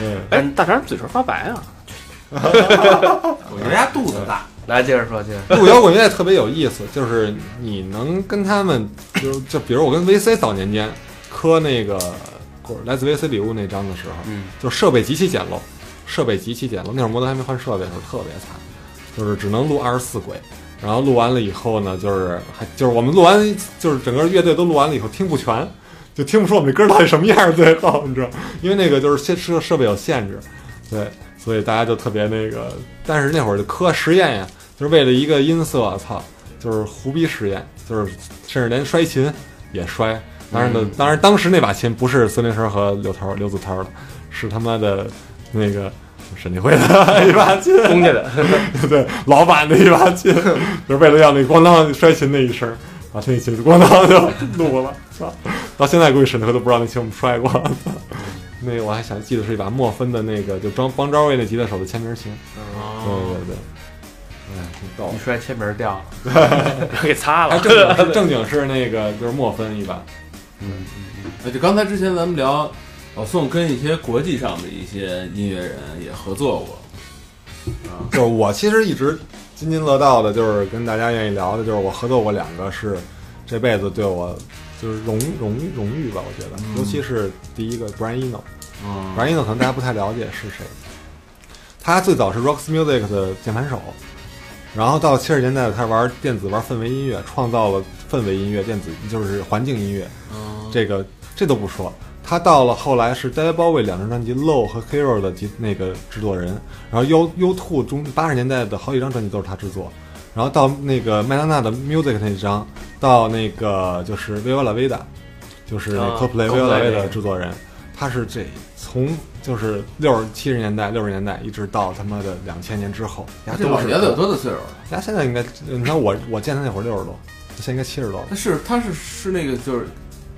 Speaker 1: 嗯
Speaker 7: 哎，大肠嘴唇发白 啊！
Speaker 10: 我觉得家肚子大，
Speaker 1: 嗯来，接着说，接着说。
Speaker 6: 录摇滚乐特别有意思，就是你能跟他们，就就比如我跟 VC 早年间磕那个来自 VC 礼物那张的时候，
Speaker 1: 嗯，
Speaker 6: 就设备极其简陋，设备极其简陋，那会儿摩登还没换设备的时候特别惨，就是只能录二十四轨。然后录完了以后呢，就是还就是我们录完就是整个乐队都录完了以后听不全，就听不出我们这歌到底什么样儿最后，你知道，因为那个就是设设设备有限制，对，所以大家就呃特别那个，但是那会儿就磕实验呀，就是为了一个音色，操，就是胡逼实验，就是甚至连摔琴也摔。当然呢，当然当时那把琴不是孙林生和刘涛、刘子涛的，是他妈的那个沈立辉的一把琴，
Speaker 7: 公家的，
Speaker 6: 对，老板的一把琴，就是为了要那咣当摔琴那一声儿，把那琴咣当就录了。操！到现在估计沈立辉都不知道那琴我们摔过。 那个我还想记得是一把莫芬的那个，就装邦昭卫那吉他手的签名琴。对对对。
Speaker 1: 你摔签名掉了，
Speaker 7: 给擦
Speaker 1: 哎
Speaker 7: 了。
Speaker 6: 还正经是正经是那个就是莫芬一把，
Speaker 9: 呃，就刚才之前咱们聊，老宋跟一些国际上的一些音乐人也合作过，
Speaker 6: 就是我其实一直津津乐道的，就是跟大家愿意聊的，就是我合作过两个是这辈子对我就是荣荣荣誉吧，我觉得，尤其是第一个 Brian Eno，
Speaker 9: 嗯
Speaker 6: Brian Eno 可能大家不太了解是谁，他最早是 Roxy Music 的键盘手，然后到七十年代开始玩电子、玩氛围音乐，创造了氛围音乐、电子就是环境音乐，这个这都不说。他到了后来是 David Bowie 两张专辑《Low》和《Hero》的集那个制作人，然后 U U Two 中八十年代的好几张专辑都是他制作，然后到那个麦当娜的《Music》那张，到那个就是 Viola Vida，就是那
Speaker 7: 啊
Speaker 6: Coldplay
Speaker 7: Coldplay 那
Speaker 6: Viola Vida
Speaker 7: 个
Speaker 6: 的制作人，他是这从就是六十七十年代六十年代一直到他妈的两千年之后，人家
Speaker 9: 这
Speaker 6: 都
Speaker 9: 老
Speaker 6: 是
Speaker 9: 爷子有多大岁数了？
Speaker 6: 他现在应该，你看我我见他那会儿六十多，他现在应该七十多了。
Speaker 9: 他是他是是那个就是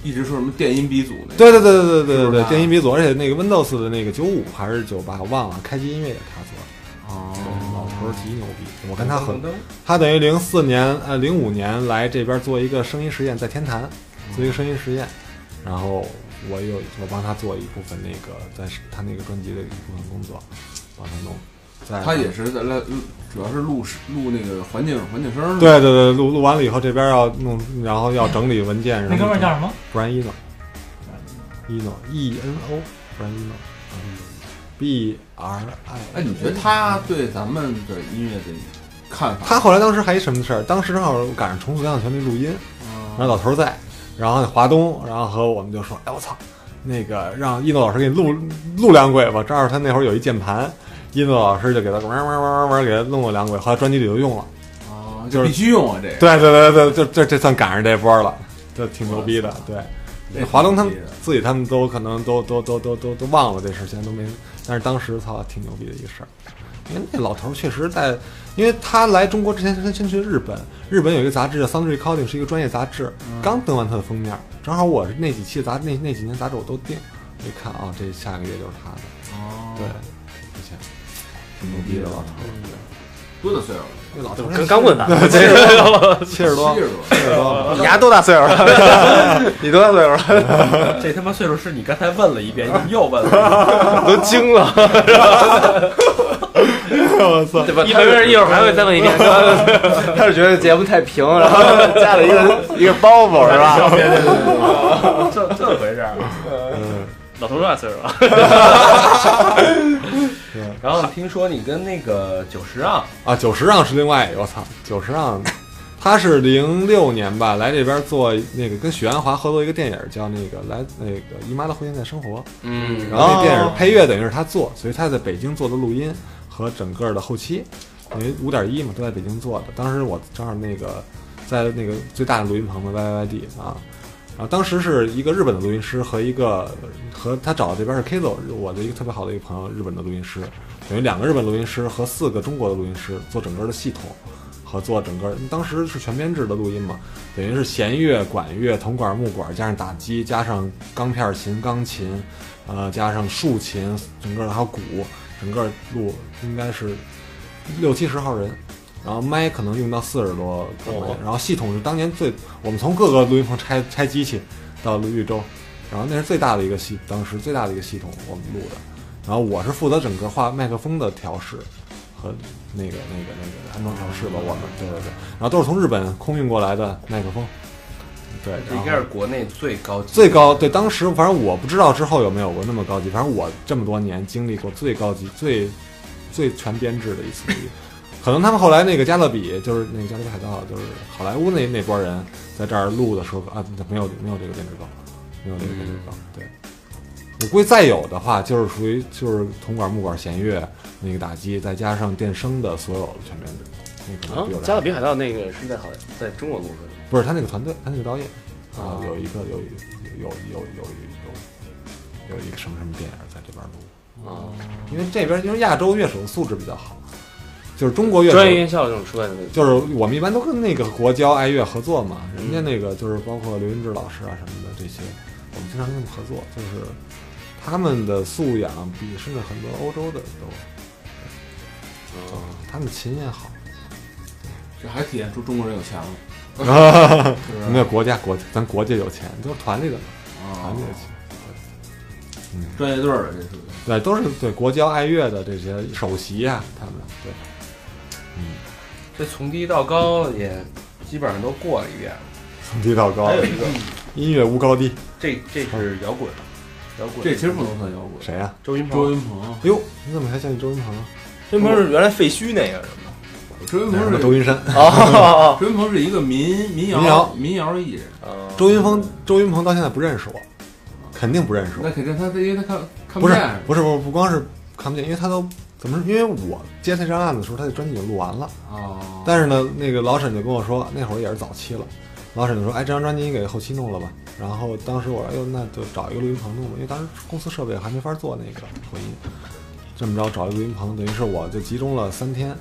Speaker 9: 一直说什么电音鼻祖那个，
Speaker 6: 对对对对对对
Speaker 9: 是不是
Speaker 6: 对，
Speaker 9: 啊他
Speaker 6: 电音鼻祖，而且那个 Windows 的那个九五还是九八，我忘了，开机音乐也是他做的。
Speaker 9: 哦
Speaker 6: 老头儿极牛逼，我跟他很，他等于零四年呃零五年来这边做一个声音实验，在天坛做一个声音实验，然后我有我帮他做一部分那个在他那个专辑的一部分工作，帮他弄。在
Speaker 9: 他也是在来，主要是录是录那个环境环境声儿。
Speaker 6: 对对对，录录完了以后，这边要弄，然后要整理文件。
Speaker 4: 那哥们儿叫什么？
Speaker 6: b r i a n Eno，Eno E N O Brian Eno，嗯，B R I。
Speaker 9: 哎，你觉得他对咱们的音乐的看法？
Speaker 6: 他后来当时还一什么事儿？当时正好赶上重塑两全那录音，
Speaker 9: 哦
Speaker 6: 然后老头儿在，然后华东，然后和我们就说：“哎，我操，那个让一诺老师给你录录两轨吧。”正好他那会儿有一键盘，一诺老师就给他玩玩玩玩玩给他弄了两轨，后来专辑里就用了。
Speaker 9: 哦，
Speaker 6: 就是
Speaker 9: 必须用啊，这个。
Speaker 6: 对对对对，就这这算赶上这波了，这挺牛逼的。
Speaker 9: 这
Speaker 6: 对，
Speaker 9: 挺
Speaker 6: 华东他们
Speaker 9: 牛逼的
Speaker 6: 自己他们都可能都都都都都都忘了这事，现在都没。但是当时操，挺牛逼的一个事儿，因为那老头儿确实在，因为他来中国之前，他先去日本，日本有一个杂志叫《Sound Recording》，是一个专业杂志，刚登完他的封面，正好我是那几期杂那那几年杂志我都订，我一看啊，这下个月就是他的，
Speaker 9: 哦，
Speaker 6: 对，不行，挺牛逼的
Speaker 1: 啊
Speaker 6: 老头儿，
Speaker 9: 多大岁数了？
Speaker 6: 那老头儿
Speaker 7: 刚刚问完，
Speaker 6: 七十多，七十多
Speaker 9: 七，十多。
Speaker 6: 七十多。
Speaker 5: 你丫多大岁数了？ 你多大岁数了？
Speaker 1: 这他妈岁数是你刚才问了一遍，你又问了，
Speaker 5: 都惊了！
Speaker 6: 我操！
Speaker 7: 对吧？一会儿一会儿还会再问一 遍，
Speaker 5: 他是觉得节目太平，然后加了 一个一个包袱，是
Speaker 9: 啊
Speaker 5: 吧？
Speaker 1: 这这回事儿。
Speaker 7: 嗯老头多大岁数啊了？
Speaker 1: 然后听说你跟那个九十啊，
Speaker 6: 啊，九十让是另外一个，我操，九十让，他是零六年吧来这边做那个跟许鞍华合作一个电影叫那个来那个姨妈的婚现在生活，
Speaker 7: 嗯，
Speaker 6: 然后那电影配乐等于是他做，所以他在北京做的录音和整个的后期，因为五点一嘛都在北京做的，当时我正好那个在那个最大的录音棚的 YYD 啊。然后当时是一个日本的录音师和一个和他找的这边是 Kizo，我的一个特别好的一个朋友，日本的录音师，等于两个日本录音师和四个中国的录音师做整个的系统，和做整个当时是全编制的录音嘛，等于是弦乐、管乐、铜管、木管，加上打击，加上钢片琴、钢琴，呃，加上竖琴，整个还有鼓，整个录应该是六七十号人。然后麦可能用到四十多个麦，然后系统是当年最我们从各个录音棚拆拆机器到绿洲，然后那是最大的一个系，当时最大的一个系统我们录的。然后我是负责整个画麦克风的调试和那个那个那个安装调试吧，我们对对对，然后都是从日本空运过来的麦克风，对，
Speaker 1: 这
Speaker 6: 然
Speaker 1: 应
Speaker 6: 后
Speaker 1: 该是国内最高级
Speaker 6: 最高对，当时反正我不知道之后有没有过那么高级，反正我这么多年经历过最高级、最最全编制的一次录音。可能他们后来那个加勒比，就是那个加勒比海盗，就是好莱坞那那波人在这儿录的时候啊，没有没有这个编制高，没有这个编制高。
Speaker 7: 嗯
Speaker 6: 对，我估计再有的话，就是属于就是铜管、木管、弦乐那个打击，再加上电声的所有的全编制，那可
Speaker 7: 啊
Speaker 6: 能比我，这
Speaker 7: 加勒比海盗那个是在好在中国录的，
Speaker 6: 不是他那个团队，他那个导演啊
Speaker 7: 啊，
Speaker 6: 有一个有有有有有有有一个什么什么电影在这边录，
Speaker 7: 啊，
Speaker 6: 因为这边因为亚洲乐手素质比较好，就是中国乐
Speaker 7: 专业
Speaker 6: 手。
Speaker 7: 院校这种出来的那种，
Speaker 6: 就是我们一般都跟那个国交爱乐合作嘛，人家那个就是包括刘云志老师啊什么的这些，我们经常跟他们合作，就是他们的素养比甚至很多欧洲的都，嗯
Speaker 7: 啊
Speaker 6: 他们琴也好，
Speaker 9: 这还体现出中国人有钱了，是
Speaker 6: 我
Speaker 9: 不
Speaker 6: 们
Speaker 9: 是？
Speaker 6: 的国家国咱国界有钱，都是团里的嘛，
Speaker 9: 啊
Speaker 6: 团里，的钱。
Speaker 9: 专业队儿的这属于。
Speaker 6: 对，都是对国交爱乐的这些首席啊，他们对，
Speaker 1: 这从低到高也基本上都过了一遍了。
Speaker 6: 从低到高
Speaker 1: 还，有一个，
Speaker 6: 音乐无高低。
Speaker 1: 这这是摇滚，摇滚
Speaker 9: 这其实不能算摇滚。
Speaker 6: 谁呀、
Speaker 1: 周云
Speaker 9: 周
Speaker 1: 鹏，
Speaker 9: 云鹏，
Speaker 6: 哎呦，你怎么还想起周云鹏啊？
Speaker 5: 这不是原来废墟那个是吗？
Speaker 9: 周云鹏是
Speaker 6: 周云山，
Speaker 5: 哦，
Speaker 9: 周云鹏是一个民民
Speaker 6: 民
Speaker 9: 谣
Speaker 6: 谣
Speaker 9: 民谣艺人，
Speaker 6: 周云鹏，周云鹏到现在不认识我，肯定不认识我
Speaker 9: 那。肯定他因为他看看
Speaker 6: 不
Speaker 9: 不
Speaker 6: 是
Speaker 9: 见，
Speaker 6: 不是不是不光是看不见，因为他都怎么说？因为我接他这张案子的时候，他的专辑已经录完了，
Speaker 9: 哦，
Speaker 6: 但是呢，那个老沈就跟我说，那会儿也是早期了。老沈就说：“哎，这张专辑你给后期弄了吧。”然后当时我说：“哎呦，那就找一个录音棚弄吧，因为当时公司设备还没法做那个混音。”这么着找一个录音棚，等于是我就集中了三天，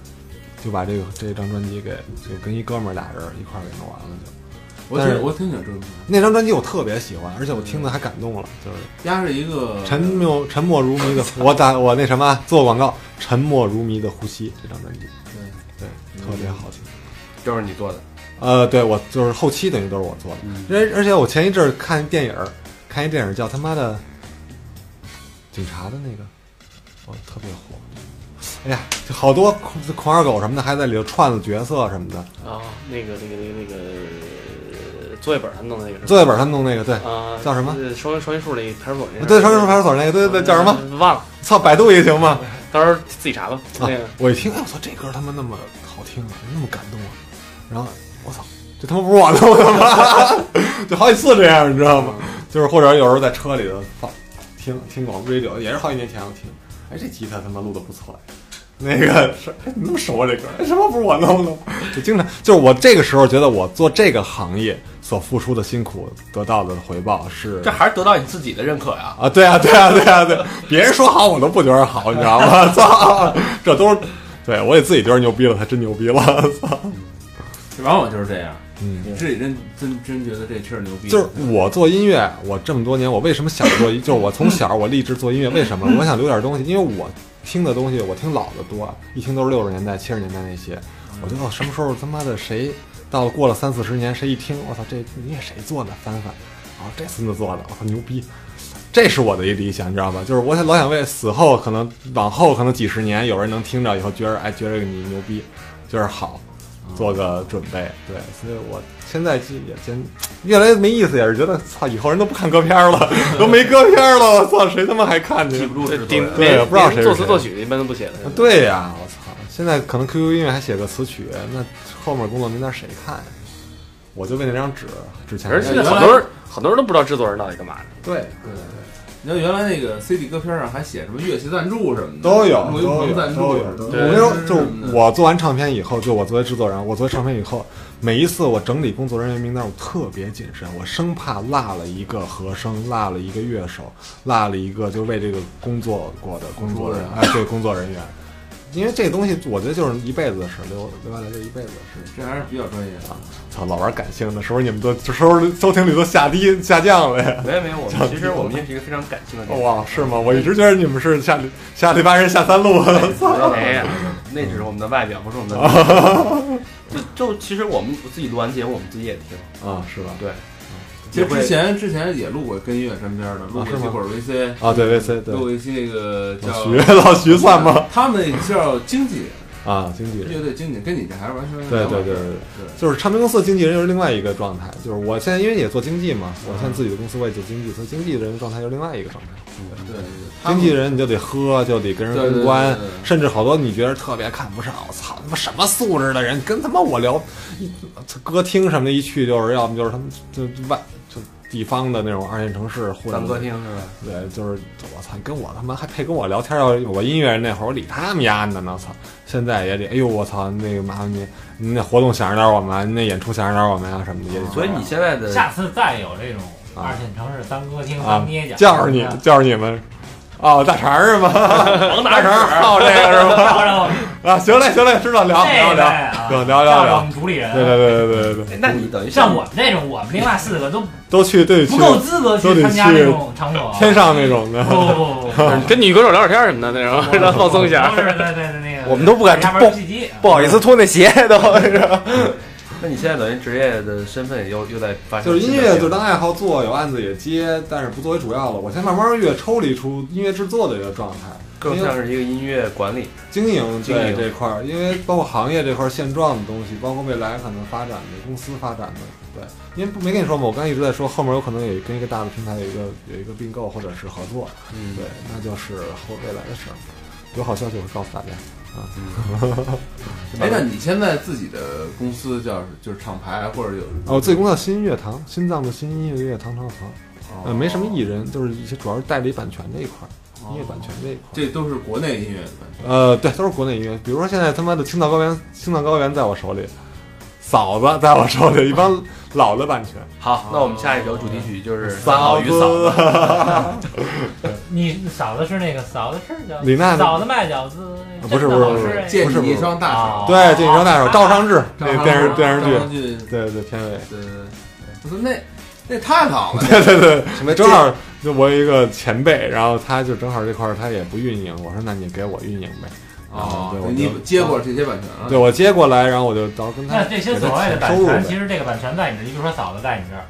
Speaker 6: 就把这个这张专辑给就跟一哥们儿俩人一块儿给弄完了就。
Speaker 10: 我
Speaker 6: 但是
Speaker 10: 挺我挺喜欢周云鹏，
Speaker 6: 那张专辑我特别喜欢，而且我听的还感动了，就是
Speaker 10: 压是一个
Speaker 6: 沉默沉默如 谜的，我打我那什么做广告，沉默如谜的呼吸这张专辑，对对，特别好听。
Speaker 1: 就是你做的，
Speaker 6: 呃，对我就是后期等于都是我做的，而而且我前一阵儿看电影儿，看一电影儿叫他妈的警察的那个，我、特别火。哎呀，就好多狂狂二狗什么的还在里头串了角色什么的，
Speaker 2: 啊，那个那个那个那个作业本上弄的那个是吧
Speaker 6: 作业本上弄那个，对，
Speaker 2: 啊
Speaker 6: 叫什么？
Speaker 2: 呃双双榆树那派出所那事儿
Speaker 6: 对，少数派出所那个，对对对，叫什么？
Speaker 2: 忘了，
Speaker 6: 操，百度也行吗？
Speaker 2: 到时候自己查吧。
Speaker 6: 啊
Speaker 2: 那个
Speaker 6: 我一听，哎，我操，这歌他妈那么好听啊，那么感动啊，然后我操，这他妈不是我的，我他妈， 就好几次这样，你知道吗？就是或者有时候在车里头放听听广播 radio，也是好几年前我听，哎，这吉他他妈录的不错呀。那个是，哎，你那么熟啊？这歌、哎、什么不是我弄的吗？就经常就是我这个时候觉得我做这个行业所付出的辛苦得到的回报是
Speaker 1: 这还是得到你自己的认可呀。
Speaker 6: 啊，对啊，对啊，对啊，对，别人说好我都不觉得好，你知道吗？ 操，这都是对我也自己觉得牛逼了，才真牛逼了，操，
Speaker 10: 往往就是这样，
Speaker 6: 嗯，
Speaker 10: 你自己真真真觉得这确实牛逼，
Speaker 6: 就是我做音乐，我这么多年，我为什么想做音？就是我从小我立志做音乐，为什么？我想留点东西，因为我听的东西，我听老的多，一听都是六十年代、七十年代那些，我就哦，什么时候他妈的谁到了过了三四十年，谁一听，我操，这你也谁做的？翻翻，哦，这孙子做的，我操，牛逼！这是我的一理想，你知道吧？就是我老想为死后可能往后可能几十年有人能听着以后觉得哎觉得你牛逼，觉得好，
Speaker 2: 嗯
Speaker 6: 做个准备。对，所以我现在就也真越来越没意思，也是觉得操，以后人都不看歌片 了，都没歌片了，我操，谁他妈还看去？
Speaker 10: 不住是
Speaker 2: 顶
Speaker 6: 对
Speaker 2: 连
Speaker 6: 不知道谁是
Speaker 2: 连作词
Speaker 6: 谁
Speaker 2: 作曲一般都不写的。
Speaker 6: 啊对呀、我操！现在可能 QQ 音乐还写个词曲，那后面工作名单谁看呀？我就为那张纸，之前
Speaker 2: 而且好多人好多人都不知道制作人到底干嘛的。
Speaker 6: 对
Speaker 10: 你知道原来那个 CD 歌片上还写什么乐器赞助什么的，
Speaker 6: 都有
Speaker 10: 录
Speaker 6: 都
Speaker 10: 音
Speaker 6: 有
Speaker 10: 棚赞助，
Speaker 6: 都有。我
Speaker 2: 对
Speaker 6: 跟你说，
Speaker 10: 是
Speaker 6: 就是
Speaker 10: 嗯
Speaker 6: 我做完唱片以后，就我作为制作人，我作为唱片以后，每一次我整理工作人员名单，我特别谨慎，我生怕落了一个和声，落了一个乐手，落了一个就为这个工作过的工作人员，哎，对，工作人员。因为这东西，我觉得就是一辈子的事，留留下来这一辈子的事。
Speaker 10: 这还是比较专业的。
Speaker 6: 操，老玩感性的，是不是你们都这收视收听率都下低下降了呀？
Speaker 1: 没有没有，我们其实我们也是一个非常感性的电台，
Speaker 6: 哇，是吗？我一直觉得你们是下下里巴人下三路，啊操！
Speaker 2: 哎
Speaker 1: 没有，那只是我们的外表，不是我们的
Speaker 6: 啊
Speaker 1: 内心。就就其实我们自己录完节目，我们自己也听，
Speaker 6: 啊，是吧？
Speaker 1: 对，
Speaker 10: 其实之前之前也录过跟音乐沾边的，录过
Speaker 6: 啊是
Speaker 10: 一
Speaker 6: 吗
Speaker 10: 会儿 VC，
Speaker 6: 啊，对，VC 对
Speaker 10: 录，过一些那个叫
Speaker 6: 老徐， 老徐算吗？？
Speaker 10: 他们叫经纪
Speaker 6: 啊，经纪
Speaker 10: 人，
Speaker 6: 人，
Speaker 10: 乐队经纪人，跟你这还是完全
Speaker 6: 对对对对，就是唱片公司的经纪人又是另外一个状态。就是我现在因为也做经纪嘛，我现在自己的公司我也做经纪，所以经纪人的状态又是另外一个状态。
Speaker 10: 对对对，他
Speaker 6: 经
Speaker 10: 们
Speaker 6: 纪人你就得喝，就得跟人
Speaker 10: 对对
Speaker 6: 公
Speaker 10: 对
Speaker 6: 关
Speaker 10: 对对，
Speaker 6: 甚至好多你觉得特别看不上，我操他妈什么素质的人，跟他妈我聊一歌厅什么的，一去就是要么就是他们就就外就地方的那种二线城市或者
Speaker 1: 咱歌厅是吧？
Speaker 6: 对，就是我操，跟我他妈还配跟我聊天要我音乐人那会儿，我理他们丫的呢，操！现在也得，哎呦我操，那个麻烦您，您那活动想着点我们啊，您那演出想着点我们啊什么的，
Speaker 10: 哦
Speaker 6: 也得
Speaker 1: 所以你现在的
Speaker 4: 下次再有这种
Speaker 6: 啊
Speaker 4: 二线城市当歌厅
Speaker 6: 啊
Speaker 4: 当捏脚，
Speaker 6: 叫着 你叫着你们，哦大肠 是吗？大肠 好这个是吧？
Speaker 4: 然后
Speaker 6: 啊，行嘞行嘞，知道聊聊
Speaker 4: 这位
Speaker 6: 聊，
Speaker 4: 啊，
Speaker 6: 对聊聊聊
Speaker 4: 叫我们主理人，
Speaker 6: 对对对对对对对，
Speaker 1: 哎那你等于
Speaker 4: 像我们这种，我们另外四个都
Speaker 6: 都去对去
Speaker 4: 不够资格
Speaker 6: 都
Speaker 4: 去
Speaker 6: 得
Speaker 4: 参加
Speaker 6: 去
Speaker 4: 这种场所。
Speaker 6: 天上那种的，
Speaker 4: 不不不不，
Speaker 2: 跟女歌手聊 聊天什么的那种，让她放松一下
Speaker 4: 不。是对对对那个，
Speaker 5: 我们都不敢
Speaker 4: 下
Speaker 5: 不
Speaker 4: 班契机，
Speaker 5: 不好意思脱那鞋都是吧
Speaker 1: 那你现在等于职业的身份又又在发生
Speaker 6: 就是音
Speaker 1: 新的
Speaker 6: 乐
Speaker 1: 变
Speaker 6: 就
Speaker 1: 化
Speaker 6: 当爱好做，有案子也接，但是不作为主要了。我现在慢慢越抽离出音乐制作的一个状态，
Speaker 1: 更
Speaker 6: 因为
Speaker 1: 像是一个音乐管理。
Speaker 6: 经营
Speaker 1: 经
Speaker 6: 对
Speaker 1: 营
Speaker 6: 这块儿，因为包括行业这块儿现状的东西，包括未来可能发展的公司发展的，对，因为不没跟你说嘛，我刚才一直在说后面有可能也跟一个大的平台有一个有一个并购或者是合作，
Speaker 1: 嗯
Speaker 6: 对，那就是后未来的事儿。有好消息我会告诉大家。
Speaker 10: 哎，那你现在自己的公司叫就是厂牌或者有
Speaker 6: 哦，自己工作新音乐堂，心脏的新音乐堂堂堂，呃，没什么艺人，就是一些主要是代理版权这一块儿，音乐版权这一块儿。
Speaker 10: 这都是国内音乐的版权，
Speaker 6: 呃，对，都是国内音乐。比如说现在他妈的青藏高原，青藏高原在我手里，嫂子在我手里，一帮老的版权。
Speaker 1: 好，那我们下一首主题曲就是
Speaker 10: 啊
Speaker 1: 《三好
Speaker 6: 嫂
Speaker 1: 与嫂子》。
Speaker 4: 啊你嫂子是那个嫂子是叫
Speaker 6: 李娜
Speaker 4: 嫂子卖饺子，
Speaker 6: 不是
Speaker 4: 真的
Speaker 6: 不是
Speaker 4: 好
Speaker 6: 不
Speaker 4: 吃
Speaker 6: 是
Speaker 4: 哎
Speaker 10: 借
Speaker 6: 不是
Speaker 10: 你
Speaker 6: 不
Speaker 10: 一
Speaker 6: 是
Speaker 1: 啊
Speaker 10: 双大手，
Speaker 4: 哦啊
Speaker 6: 对，这一张大手，赵尚志
Speaker 10: 赵
Speaker 6: 那
Speaker 10: 尚
Speaker 6: 电视
Speaker 10: 志
Speaker 6: 电视
Speaker 10: 赵
Speaker 6: 剧，
Speaker 10: 尚剧
Speaker 6: 对对片尾。
Speaker 10: 的
Speaker 9: 我说那那太早了，
Speaker 6: 对对对，
Speaker 5: 什么
Speaker 6: 正好就我有一个前辈，然后他就正好这块儿他也不运营，我说那你给我运营呗。
Speaker 9: 哦
Speaker 6: 对，我
Speaker 9: 你
Speaker 6: 就
Speaker 9: 接过这些版权了，
Speaker 6: 对我接过来，然后我就到时候跟他
Speaker 4: 那这些所谓的
Speaker 6: 给他
Speaker 4: 版
Speaker 6: 收入
Speaker 4: 权，
Speaker 6: 呗
Speaker 4: 其实这个版权在你这儿，比如说嫂子在你这儿，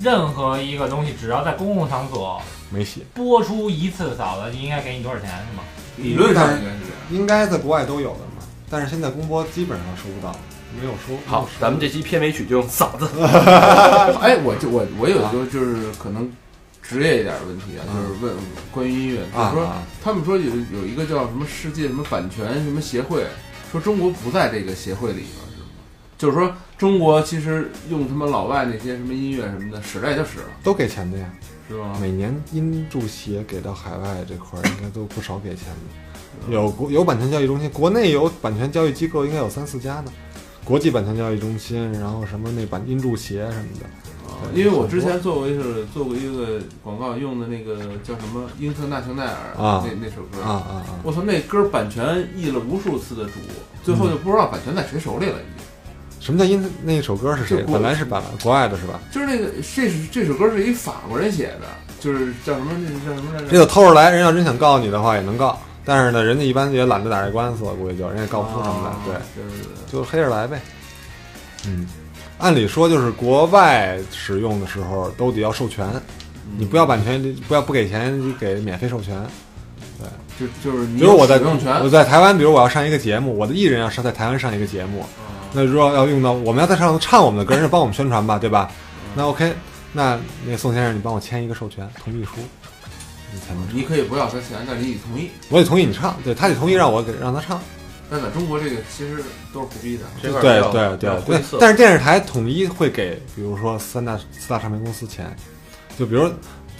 Speaker 4: 任何一个东西只要在公共场所
Speaker 6: 没写，
Speaker 4: 播出一次，嫂子就应该给你多少钱是吗？
Speaker 9: 理论上应该是这样。
Speaker 6: 应该在国外都有的嘛，但是现在公播基本上收不到，没有收。没
Speaker 1: 好
Speaker 6: 有收，入
Speaker 1: 咱们这期片尾曲就用嫂子。
Speaker 9: 哎，我就我我有一个就是可能职业一点的问题啊，就是问关于音乐，就
Speaker 6: 啊
Speaker 9: 是说
Speaker 6: 啊
Speaker 9: 他们说有有一个叫什么世界什么版权什么协会，说中国不在这个协会里面，是吗？就是说中国其实用他妈老外那些什么音乐什么的使来就使了，
Speaker 6: 都给钱的呀，
Speaker 9: 是吗？
Speaker 6: 每年音助协给到海外这块儿应该都不少给钱的，有国有版权交易中心，国内有版权交易机构应该有三四家呢，国际版权交易中心，然后什么那版音助协什么的，
Speaker 9: 啊因为我之前做过一是做过一个广告，用的那个叫什么《英特纳雄奈尔》
Speaker 6: 啊
Speaker 9: 那那首歌
Speaker 6: 啊啊啊！
Speaker 9: 我操，那歌版权易了无数次的主，最后就
Speaker 6: 嗯
Speaker 9: 不知道版权在谁手里了，已经。
Speaker 6: 什么叫音？那首歌是谁？
Speaker 9: 就国
Speaker 6: 本来是版国外的是吧？
Speaker 9: 就是那个，这是这首歌是一法国人写的，就是叫什么？那叫什么来
Speaker 6: 这
Speaker 9: 着？
Speaker 6: 就偷着来，人要真想告你的话也能告，但是呢，人家一般也懒得打这官司，我估计就人家告
Speaker 9: 啊
Speaker 6: 不出什么来，对。
Speaker 9: 对对对。
Speaker 6: 就黑着来呗。嗯，按理说就是国外使用的时候都得要授权，
Speaker 9: 嗯
Speaker 6: 你不要版权，不要不给钱，你给免费授权。
Speaker 9: 就就是你
Speaker 6: 比如我在
Speaker 9: 使用权
Speaker 6: 我在台湾，比如我要上一个节目，我的艺人要上在台湾上一个节目，
Speaker 9: 哦
Speaker 6: 那如果要用到我们要在上头唱我们的歌，人家帮我们宣传吧，对吧？
Speaker 9: 嗯
Speaker 6: 那 OK，那那宋先生，你帮我签一个授权同意书，你才能唱。
Speaker 9: 你可以不要他钱，但是你得同意。
Speaker 6: 我得同意你唱，对他得同意让我给让他唱。
Speaker 9: 但在中国这个其实都是胡逼的，
Speaker 1: 这块儿
Speaker 6: 对
Speaker 1: 比较
Speaker 6: 对
Speaker 1: 比较
Speaker 6: 对
Speaker 1: 灰色
Speaker 6: 对，但是电视台统一会给，比如说三大四大唱片公司钱，就比如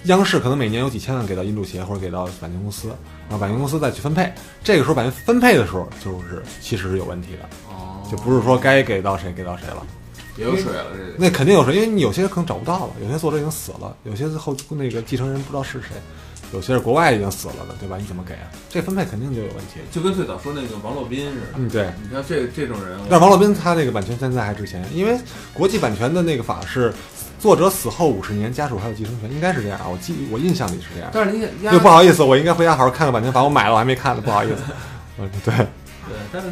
Speaker 6: 央视可能每年有几千万给到音助协或者给到版权公司，然后版权公司再去分配。这个时候版权分配的时候，就是其实是有问题的，
Speaker 9: 哦
Speaker 6: 就不是说该给到谁给到谁了。
Speaker 9: 也有水了这个。
Speaker 6: 那肯定有谁，因为你有些可能找不到了，有些作者已经死了，有些后那个继承人不知道是谁，有些是国外已经死了的，对吧？你怎么给啊？这分配肯定就有问题。
Speaker 9: 就跟最早说那个王洛宾似的，
Speaker 6: 嗯，对。
Speaker 9: 你看这这种人，
Speaker 6: 但王洛宾他那个版权现在还值钱，因为国际版权的那个法是作者死后五十年，家属还有继承权，应该是这样啊。我记我印象里是这样。
Speaker 9: 但是你压
Speaker 6: 对，不好意思，我应该回家好好看看版权法，我买了我还没看呢，不好意思。嗯，对，
Speaker 9: 对，但是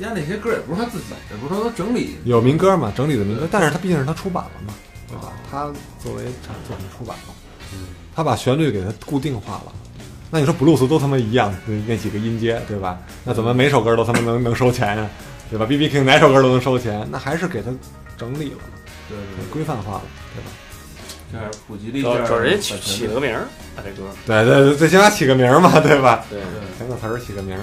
Speaker 9: 压那些歌也不是他自己的，不是说他整理
Speaker 6: 有民歌嘛，整理的民歌，但是他毕竟是他出版了嘛，对
Speaker 9: 哦
Speaker 6: 吧？他作为产作品出版嘛，
Speaker 9: 嗯
Speaker 6: 他把旋律给它固定化了。那你说布鲁斯都他妈一样，那那几个音阶，对吧？那怎么每首歌都他妈能能收钱呀、啊对吧？B B King 哪首歌都能收钱，那还是给他整理了嘛，
Speaker 9: 对
Speaker 6: 给它
Speaker 9: 对，
Speaker 6: 规范化了，对吧？
Speaker 9: 这样普及了一
Speaker 2: 找
Speaker 9: 下
Speaker 2: 找人起
Speaker 9: 版
Speaker 2: 起
Speaker 9: 权
Speaker 2: 了
Speaker 9: 的，
Speaker 2: 个名儿，把这歌
Speaker 6: 对对对，最起码起个名儿嘛，对吧？
Speaker 2: 对
Speaker 9: 对，
Speaker 6: 填个词儿，起个名儿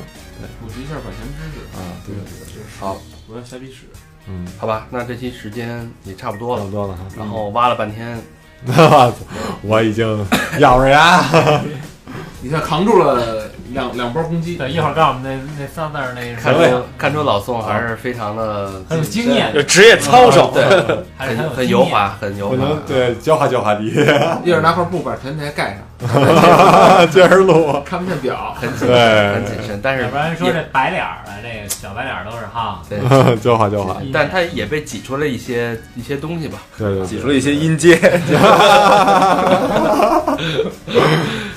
Speaker 9: 普及一下版权知识，
Speaker 6: 啊，对对对，
Speaker 1: 好，
Speaker 9: 不要瞎逼使。
Speaker 6: 嗯，
Speaker 1: 好吧，那这期时间也差不多
Speaker 6: 差
Speaker 1: 了
Speaker 6: 不。多了
Speaker 4: 嗯
Speaker 6: 哈。
Speaker 1: 然后挖了半天，
Speaker 6: 我操 我已经啊咬着 牙，
Speaker 9: 一下扛住了两两波攻击，
Speaker 4: 对，一会儿告诉我们那那仨字儿那
Speaker 1: 看
Speaker 4: 什
Speaker 1: 出
Speaker 4: 么，
Speaker 1: 看出老宋还是非常的
Speaker 4: 嗯很有经验，
Speaker 2: 就职业操守。
Speaker 1: 对，
Speaker 4: 还是
Speaker 1: 很
Speaker 4: 很
Speaker 1: 很
Speaker 4: 有经
Speaker 1: 油
Speaker 4: 验。
Speaker 1: 滑，很油
Speaker 6: 我
Speaker 1: 滑。
Speaker 6: 能对教化教化 你，
Speaker 9: 一会儿拿块布把前台盖上，
Speaker 6: 接着录。
Speaker 9: 看不见表。
Speaker 1: 很谨
Speaker 6: 对
Speaker 1: 慎，很 谨慎，但是
Speaker 4: 要不然说
Speaker 1: 也
Speaker 4: 这白脸儿的，这个小白脸儿都是哈，
Speaker 1: 对，
Speaker 6: 教化教化，
Speaker 1: 但他也被挤出了一些一些东西吧。
Speaker 6: 对对
Speaker 5: 挤
Speaker 6: 对，
Speaker 5: 出了一些音阶，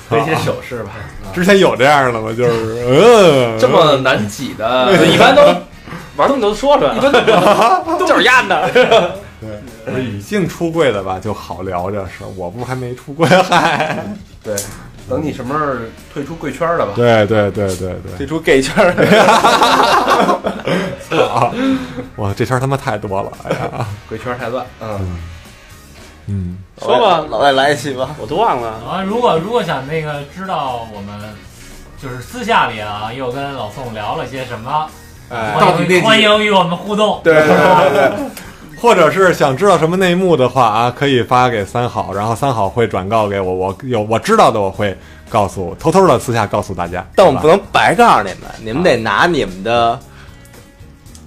Speaker 1: 和一些手势吧，
Speaker 6: 之前有这样的吗？就是嗯，
Speaker 1: 这么难挤的，
Speaker 5: 呃一般都玩东西都说出来了， 就是压的。
Speaker 6: 不是已经出柜的吧，就好聊这事儿。我不是还没出柜，嗨，
Speaker 1: 对，等你什么时候退出贵圈了吧？
Speaker 6: 对对对对对，
Speaker 5: 退出 gay 圈 儿，
Speaker 6: 啊，哇，这圈儿他妈太多了，哎呀，
Speaker 1: 贵圈太乱，嗯，
Speaker 6: 嗯，
Speaker 5: 说吧
Speaker 7: 老外来一期吧。
Speaker 5: 我都 忘了。
Speaker 4: 啊，如果如果想那个知道我们就是私下里啊，又跟老宋聊了些什么，
Speaker 6: 哎，
Speaker 4: 欢迎欢迎与我们互动。对
Speaker 6: 或者是想知道什么内幕的话啊，可以发给三好，然后三好会转告给我，我有我知道的我会告诉，偷偷的私下告诉大家。
Speaker 7: 但我们
Speaker 6: 好
Speaker 7: 不
Speaker 6: 吧
Speaker 7: 能白告诉你们，你们得拿你们的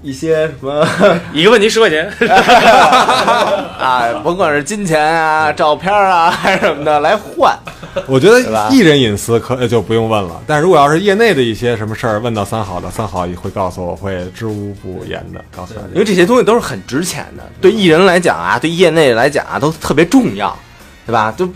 Speaker 7: 一些什么
Speaker 5: 一个问题十块钱，
Speaker 7: 啊，甭管是金钱啊、照片啊还是什么的来换。
Speaker 6: 我觉得艺人隐私可就不用问了，但如果要是业内的一些什么事儿问到三好的，三好也会告诉我会知无不言的告诉大
Speaker 5: 因为这些东西都是很值钱的，对艺人来讲啊，对业内来讲啊，都特别重要，对吧？就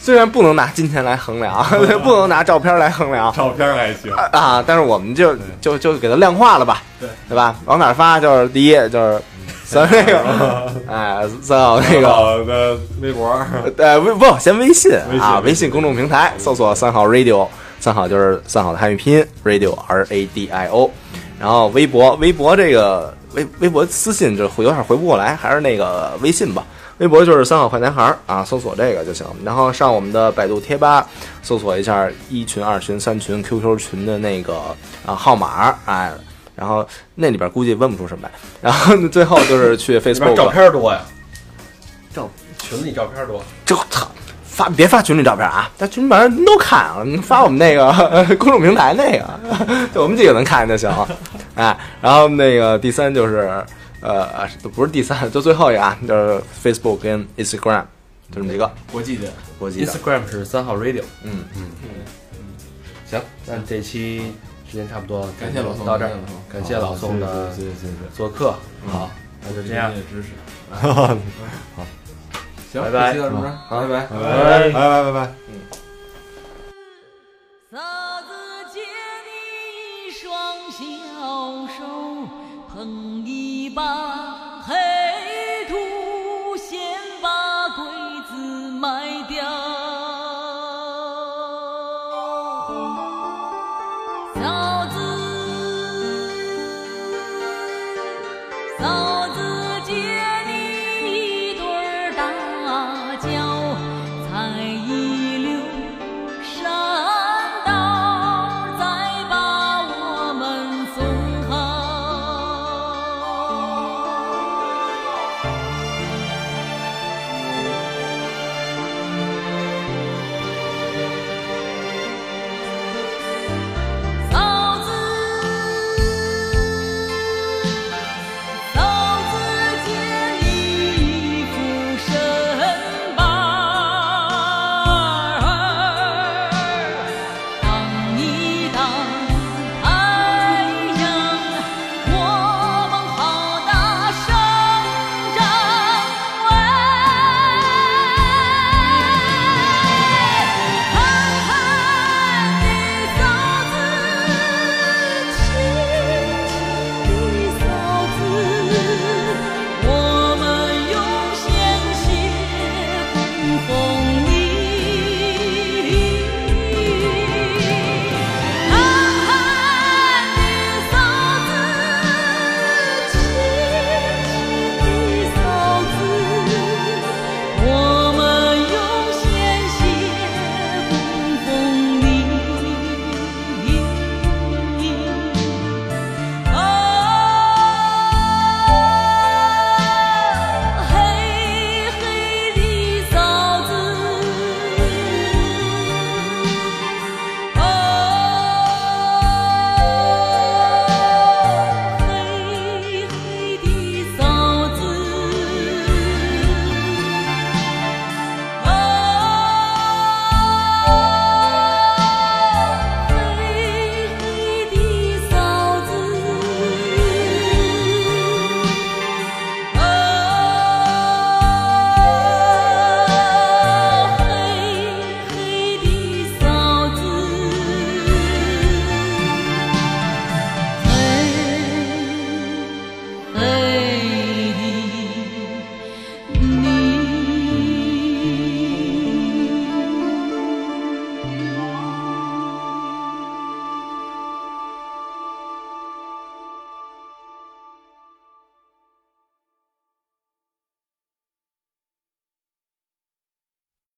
Speaker 5: 虽然不能拿金钱来衡量， 不能拿照片来衡量
Speaker 9: 照片还 行，
Speaker 5: 啊，但是我们就就就给它量化了吧，对对吧？往哪儿发就是第一就是咱那 个，哎，咱有那个
Speaker 6: 我的微 博，
Speaker 5: 呃，微不先微信
Speaker 6: 微信
Speaker 5: 啊，微信公众平
Speaker 1: 嗯
Speaker 5: 台搜索三好 radio，三好就是三好的汉语拼音 radio r a d i o，然后微博微博这个微微博私信就回有点回不过来，还是那个微信吧。微博就是三好坏男孩儿啊，搜索这个就行。然后上我们的百度贴吧，搜索一下一群、二群、三群、QQ 群的那个啊号码儿，哎，然后那里边估计问不出什么来。然后最后就是去
Speaker 1: 里边
Speaker 5: Facebook
Speaker 1: 照
Speaker 5: 吧
Speaker 1: 片多呀， 照群里照片多，
Speaker 5: 就操，发别发群里照片啊，在群里边人都看啊了，你发我们那个 呃公众平台那个， 就我们几个能看就行。 哎，然后那个第三就是呃，啊不是第三，就最后一个啊，就是 Facebook 跟 Instagram，就这么几个
Speaker 10: 国际的，
Speaker 5: 国际的。
Speaker 1: Instagram 是三号 Radio。
Speaker 5: 嗯
Speaker 1: 嗯，行，那这期时间差不多了，
Speaker 9: 感谢老宋，
Speaker 1: 到这儿，
Speaker 9: 感
Speaker 1: 感
Speaker 9: 谢
Speaker 1: 谢
Speaker 9: 老
Speaker 1: 老
Speaker 9: 宋
Speaker 1: 宋的
Speaker 9: 嗯谢谢谢谢
Speaker 1: 做客。好，那就
Speaker 9: 谢谢，
Speaker 1: 这样
Speaker 9: 专，业 知识，哎行，
Speaker 1: 拜拜嗯
Speaker 9: 这期到这儿，拜拜。
Speaker 6: 拜拜拜拜。
Speaker 11: 洒子借你一双小手，捧一把黑土，先把鬼子卖掉。嫂子，啊嫂子借你一对儿大脚。